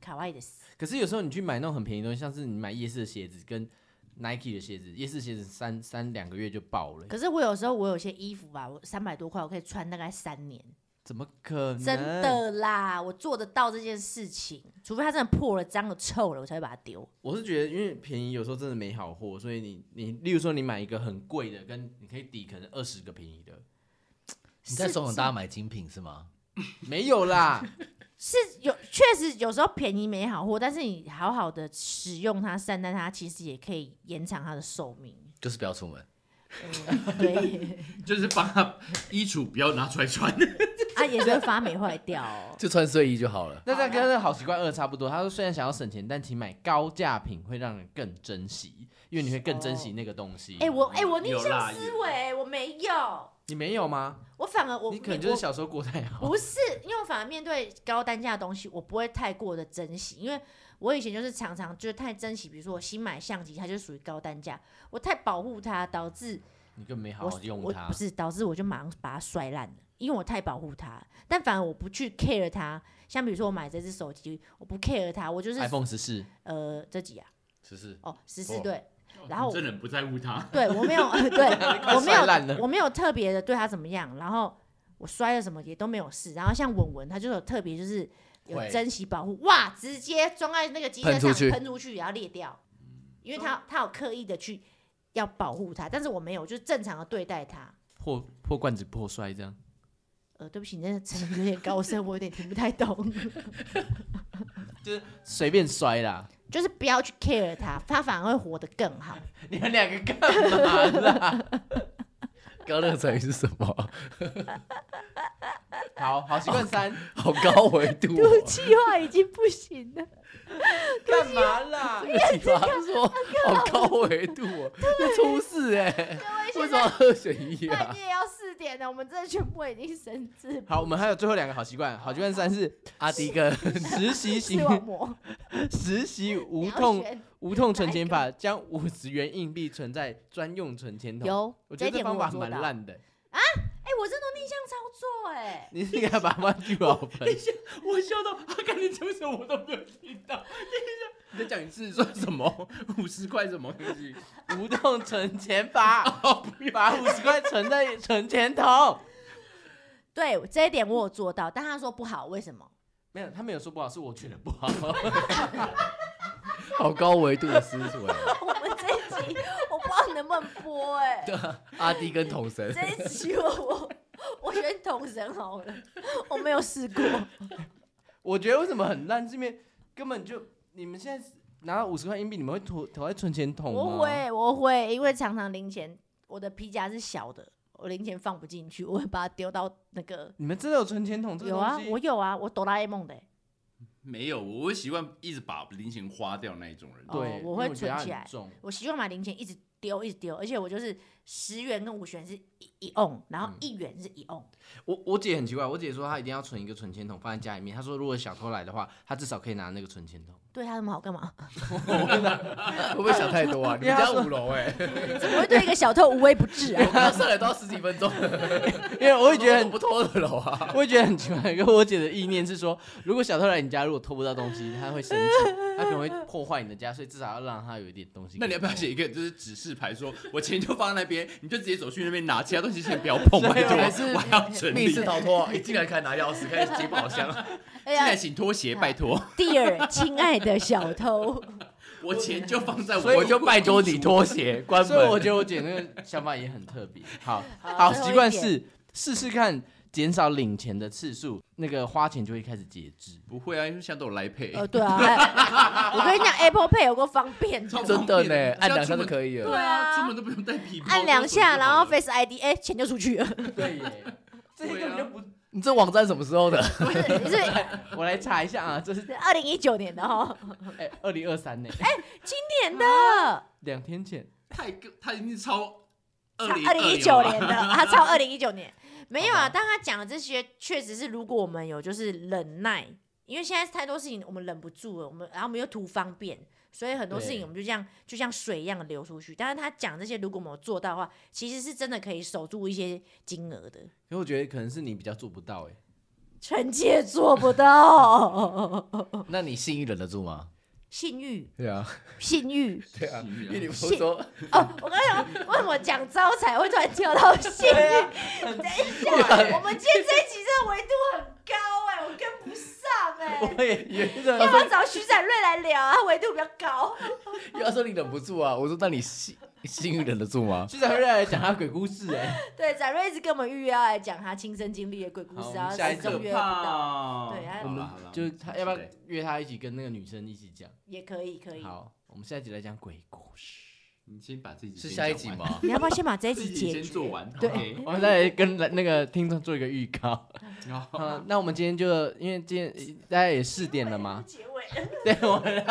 [SPEAKER 1] 卡哇伊的死。
[SPEAKER 2] 可是有时候你去买那种很便宜的东西，像是你买夜市的鞋子跟 Nike 的鞋子，夜市鞋子三三两个月就爆了，
[SPEAKER 1] 可是我有时候我有些衣服吧，我三百多块，我可以穿大概三年，
[SPEAKER 2] 怎么可能？
[SPEAKER 1] 真，的啦，我做得到这件事情，除非它真的破了、脏了、臭了，我才会把它丢。
[SPEAKER 2] 我是觉得因为便宜有时候真的没好货，所以你你例如说你买一个很贵的，跟你可以抵可能二十个便宜的，
[SPEAKER 5] 你在怂恿大家买精品是吗？
[SPEAKER 2] 没有啦，
[SPEAKER 1] 是有确实有时候便宜没好货，但是你好好的使用它、善待它，其实也可以延长它的寿命。
[SPEAKER 5] 就是不要出门，
[SPEAKER 1] 嗯、对，
[SPEAKER 3] 西，就是把它衣橱不要拿出来穿。
[SPEAKER 1] 啊，也是会发霉坏掉、 哦。
[SPEAKER 5] 就穿睡衣就好了。
[SPEAKER 2] 那他跟那好习惯二差不多。他说，虽然想要省钱，但请买高价品会让人更珍惜，因为你会更珍惜那个东西。
[SPEAKER 1] 哎、我哎、我逆
[SPEAKER 3] 有啦
[SPEAKER 1] 向思维，我没有，
[SPEAKER 2] 你没有吗？
[SPEAKER 1] 我反而我
[SPEAKER 2] 你可能就是小时候过太
[SPEAKER 1] 我
[SPEAKER 2] 好。
[SPEAKER 1] 不是，因为我反而面对高单价的东西，我不会太过的珍惜，因为我以前就是常常就是太珍惜，比如说我新买相机，它就属于高单价，我太保护它，导致
[SPEAKER 2] 你更没好
[SPEAKER 1] 我
[SPEAKER 2] 好用
[SPEAKER 1] 我
[SPEAKER 2] 它
[SPEAKER 1] 不。是导致我就马上把它摔烂了，因为我太保护它，但反而我不去 care 它，像比如说我买这只手机，我不 care 它，我就是
[SPEAKER 2] iPhone 十四，
[SPEAKER 1] 呃这几啊，
[SPEAKER 5] 只是
[SPEAKER 1] 哦十
[SPEAKER 5] 哦
[SPEAKER 1] 四对，然后我
[SPEAKER 3] 真的很不在乎它，
[SPEAKER 1] 对我没有， 对
[SPEAKER 2] 快
[SPEAKER 1] 我没
[SPEAKER 2] 摔烂了
[SPEAKER 1] 有，我没有特别的对他怎么样，然后我摔了什么也都没有事。然后像文文，他就有特别就是有
[SPEAKER 5] 会
[SPEAKER 1] 珍惜保护，哇，直接装在那个机车
[SPEAKER 5] 喷出
[SPEAKER 1] 上
[SPEAKER 5] 去嗯
[SPEAKER 1] 喷出去，然后裂掉，因为他他有刻意的去要保护他，但是我没有，就是正常的对待他。
[SPEAKER 2] 破破罐子破摔这样。
[SPEAKER 1] 呃，对不起，你那个成语有点高深，我有点听不太懂。
[SPEAKER 2] 就是随便摔啦，
[SPEAKER 1] 就是不要去 care 他，他反而会活得更 好。
[SPEAKER 2] 你们两个干嘛啦？
[SPEAKER 5] 刚刚那个成语是什么？
[SPEAKER 2] 好好习惯三，
[SPEAKER 5] 好高维度、
[SPEAKER 1] 毒
[SPEAKER 5] 哦。
[SPEAKER 1] 气话已经不行了，
[SPEAKER 2] 干嘛啦？
[SPEAKER 5] 这个奇葩说好高维度哦，要出事哎、为什么要二选一
[SPEAKER 1] 半
[SPEAKER 5] 啊？
[SPEAKER 1] 夜要四点了，我们真的全部已经神志
[SPEAKER 2] 好，我们还有最后两个好习惯，好习惯三 是
[SPEAKER 5] 阿迪跟
[SPEAKER 2] 实习型
[SPEAKER 1] 视网膜。
[SPEAKER 2] 实习无
[SPEAKER 1] 你要
[SPEAKER 2] 痛
[SPEAKER 1] 选
[SPEAKER 2] 无痛存钱法，将五十元硬币存在专用存钱筒。
[SPEAKER 1] 有，
[SPEAKER 2] 我
[SPEAKER 1] 这
[SPEAKER 2] 觉
[SPEAKER 1] 一
[SPEAKER 2] 得这
[SPEAKER 1] 点
[SPEAKER 2] 方
[SPEAKER 1] 我
[SPEAKER 2] 法
[SPEAKER 1] 做
[SPEAKER 2] 蛮
[SPEAKER 1] 到。
[SPEAKER 2] 烂的欸、
[SPEAKER 1] 哎、我这都逆向操作哎、
[SPEAKER 2] 你是应该把它聚宝盆。
[SPEAKER 3] 我笑到他刚才讲什么我都没有听到。你在讲一次说什么五十块什么东西？
[SPEAKER 2] 无痛存钱法， 把五十块存 在存钱筒。
[SPEAKER 1] 对，这一点我有做到，但他说不好，为什么？
[SPEAKER 2] 没有，他没有说不好，是我觉得不好。
[SPEAKER 5] 好高维度的思维哦，
[SPEAKER 1] 我们这一集我不知道能不能播哎、
[SPEAKER 5] 阿迪跟 统神
[SPEAKER 1] 这一集我我我选统神好了，我没有试过。
[SPEAKER 2] 我觉得为什么很烂，是因为根本就你们现在拿到五十块硬币，你们会投投在存钱筒吗？
[SPEAKER 1] 我会我会，因为常常零钱，我的皮夹是小的，我零钱放不进去，我会把它丢到那个。
[SPEAKER 2] 你们真的有存钱筒这个
[SPEAKER 1] 有
[SPEAKER 2] 东
[SPEAKER 1] 啊，
[SPEAKER 2] 西？
[SPEAKER 1] 我有啊，我哆啦 A 梦的、欸，
[SPEAKER 3] 没有，我会习惯一直把零钱花掉那一种人。
[SPEAKER 2] 对，
[SPEAKER 1] 哦
[SPEAKER 2] 因为
[SPEAKER 1] 我
[SPEAKER 2] 我
[SPEAKER 1] 会
[SPEAKER 2] 觉得
[SPEAKER 1] 存
[SPEAKER 2] 它
[SPEAKER 1] 起
[SPEAKER 2] 很
[SPEAKER 1] 来
[SPEAKER 2] 重
[SPEAKER 1] 我习惯把零钱一直丢一直丢，而且我就是十元跟五十元是一一 on，然
[SPEAKER 2] 嗯
[SPEAKER 1] 后一元是一 on，、
[SPEAKER 2] 我我姐很奇怪，我姐说她一定要存一个存钱筒放在家里面。她说如果小偷来的话，她至少可以拿那个存钱筒。
[SPEAKER 1] 对他那么好干嘛？
[SPEAKER 5] 会不会想太多啊？你们家五楼 哎、
[SPEAKER 1] 我会对一个小偷无微不至啊！
[SPEAKER 5] 我刚上来都要十几分钟了，
[SPEAKER 2] 因为我也觉得
[SPEAKER 5] 我
[SPEAKER 2] 很，
[SPEAKER 5] 不偷二楼啊。
[SPEAKER 2] 我也觉得很奇怪。因为我姐的意念是说，如果小偷来你家，如果偷不到东西，她会生 气，她可能会破坏你的家，所以至少要让她有一点东西。
[SPEAKER 3] 那你要不要？写一个就是指示牌 说，我钱就放在那边，你就直接走去那边拿，其他东西先不要 碰，拜托，
[SPEAKER 5] 我还是
[SPEAKER 3] 我啊还要整
[SPEAKER 5] 密
[SPEAKER 3] 理。
[SPEAKER 5] 室
[SPEAKER 3] 进
[SPEAKER 5] 逃脱，一进来开始拿钥匙，开始解宝箱。
[SPEAKER 1] 哎
[SPEAKER 3] 来
[SPEAKER 1] 呀，
[SPEAKER 3] 请脱鞋，拜托，
[SPEAKER 1] 第二，亲爱的小偷，
[SPEAKER 3] 我钱就放在
[SPEAKER 5] 所以
[SPEAKER 3] 我，
[SPEAKER 5] 我就拜托你脱鞋，关
[SPEAKER 2] 所以
[SPEAKER 5] 门。
[SPEAKER 2] 我觉得我姐那个想法也很特 别。好，
[SPEAKER 1] 好
[SPEAKER 2] 好习惯是试试看，减少领钱的次数，那个花钱就会开始节制。
[SPEAKER 3] 不会啊，因为现在都有来配，
[SPEAKER 1] 呃，对啊， 哎我跟你讲，Apple Pay 有够方便的，
[SPEAKER 3] 超
[SPEAKER 5] 真 的呢，
[SPEAKER 3] 方便
[SPEAKER 5] 按
[SPEAKER 3] 的
[SPEAKER 5] 两下就可以
[SPEAKER 3] 对
[SPEAKER 5] 了。
[SPEAKER 3] 啊，出门都不用带皮包，
[SPEAKER 1] 按两下，
[SPEAKER 3] 就好了
[SPEAKER 1] 然后 Face ID，哎，钱就出去了。
[SPEAKER 2] 对耶，这
[SPEAKER 3] 对啊
[SPEAKER 2] 根本就不
[SPEAKER 5] 你这网站什么时候的？
[SPEAKER 1] 不是 是
[SPEAKER 2] 我来查一下啊，这是
[SPEAKER 1] 二零一九年的哦，
[SPEAKER 2] 哎二零二三年，
[SPEAKER 1] 年的，
[SPEAKER 2] 两天前，
[SPEAKER 3] 太他已经超二零
[SPEAKER 1] 二零一九年的，他超二零一九年，没有啊。但他讲的这些确实是，如果我们有就是忍耐，因为现在太多事情我们忍不住了，我们然后我们又图方便，所以很多事情
[SPEAKER 2] 对
[SPEAKER 1] 我们就这样就像水一样流出去。但是他讲这些，如果我们有做到的话，其实是真的可以守住一些金额的。
[SPEAKER 2] 可我觉得可能是你比较做不 到哎、
[SPEAKER 1] 臣妾做不 到，
[SPEAKER 5] 那你信誉忍得住吗？
[SPEAKER 1] 性欲，
[SPEAKER 5] 对啊，
[SPEAKER 1] 性欲
[SPEAKER 5] 对啊，因为你不
[SPEAKER 1] 信
[SPEAKER 5] 是说
[SPEAKER 1] 哦！我刚刚有为什么讲招财会突然跳到性欲？
[SPEAKER 2] 啊
[SPEAKER 1] 等一 下，我们今天这一集真的维度很高哎、我跟不上哎、
[SPEAKER 2] 我也觉
[SPEAKER 1] 要
[SPEAKER 2] 得
[SPEAKER 1] 不要找徐展瑞来聊啊？他维度比较高。
[SPEAKER 5] 又要说你忍不住啊，我说那你信信誉忍得住吗？
[SPEAKER 2] 市长会来讲他鬼故事哎、
[SPEAKER 1] 对，展瑞一直跟我们预约要来讲他亲身经历的鬼故
[SPEAKER 2] 好
[SPEAKER 1] 事，然后
[SPEAKER 2] 我们下一
[SPEAKER 1] 始
[SPEAKER 2] 集
[SPEAKER 1] 终约不到，
[SPEAKER 3] 到
[SPEAKER 1] 对哎
[SPEAKER 2] 我们
[SPEAKER 3] 啊嗯
[SPEAKER 2] 就是他要不要约他一起跟那个女生一起讲？
[SPEAKER 1] 也可以可以。
[SPEAKER 2] 好，我们下一集来讲鬼故事。
[SPEAKER 3] 你先把自己
[SPEAKER 5] 是
[SPEAKER 3] 先
[SPEAKER 5] 下一
[SPEAKER 3] 讲
[SPEAKER 5] 集
[SPEAKER 3] 完？
[SPEAKER 5] 吗？
[SPEAKER 1] 你要不要先把这一
[SPEAKER 3] 自
[SPEAKER 1] 集
[SPEAKER 3] 己
[SPEAKER 1] 解
[SPEAKER 3] 先
[SPEAKER 1] 决？
[SPEAKER 3] 做完，
[SPEAKER 1] 对
[SPEAKER 3] OK，
[SPEAKER 2] 我们再来跟那个听众做一个预告。
[SPEAKER 3] 然后
[SPEAKER 2] 嗯，那我们今天就因为今天大家也试点 了嘛，
[SPEAKER 1] 结尾，
[SPEAKER 2] 对我们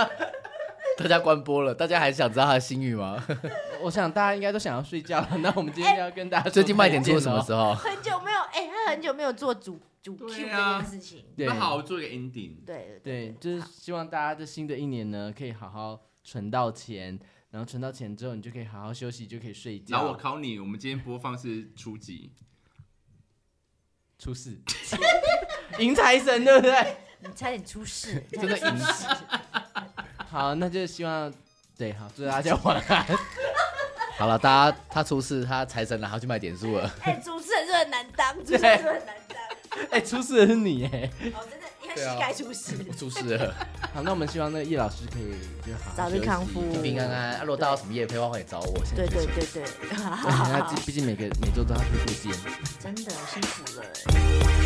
[SPEAKER 5] 大家关播了，大家还想知道他的信 誉吗？
[SPEAKER 2] 我想大家应该都想要睡觉了。那我们今天要跟大家说
[SPEAKER 5] 最近卖点
[SPEAKER 2] 再见
[SPEAKER 5] 做什么
[SPEAKER 2] 了
[SPEAKER 5] 时候？
[SPEAKER 1] 很久没有哎、他很久没有做主主 Q 这
[SPEAKER 3] 对啊
[SPEAKER 1] 件事情。
[SPEAKER 2] 对
[SPEAKER 3] 那好，我做一个 ending。
[SPEAKER 1] 对
[SPEAKER 2] 对，就是希望大家在新的一年呢，可以好好存到钱，然后存到钱之后，你就可以好好休息，就可以睡觉。
[SPEAKER 3] 然后我考你，我们今天播放是初几？
[SPEAKER 2] 出事， 迎财神，对不对？
[SPEAKER 1] 你差点出 事，
[SPEAKER 5] 真的
[SPEAKER 1] 差点
[SPEAKER 5] 赢
[SPEAKER 1] 出事
[SPEAKER 2] 好，那就希望对，好，祝大家晚安。
[SPEAKER 3] 哦
[SPEAKER 5] 好了，大家他出事，他财神了，他去卖点数了。
[SPEAKER 1] 哎、主持人是很难当，主持人是很难 当。
[SPEAKER 2] 哎、出事的是你哎。
[SPEAKER 1] 哦，真的，因为膝盖出事，
[SPEAKER 5] 我出事 了，
[SPEAKER 2] 好，那我们希望那个叶老师可以就好好
[SPEAKER 1] 早日
[SPEAKER 2] 休息
[SPEAKER 1] 康复
[SPEAKER 5] 平平安安。啊如果大家有什么夜配的话，可以找我。
[SPEAKER 1] 对对 对对，
[SPEAKER 2] 对，他毕毕竟每个每周都要去复健。
[SPEAKER 1] 真的辛苦了。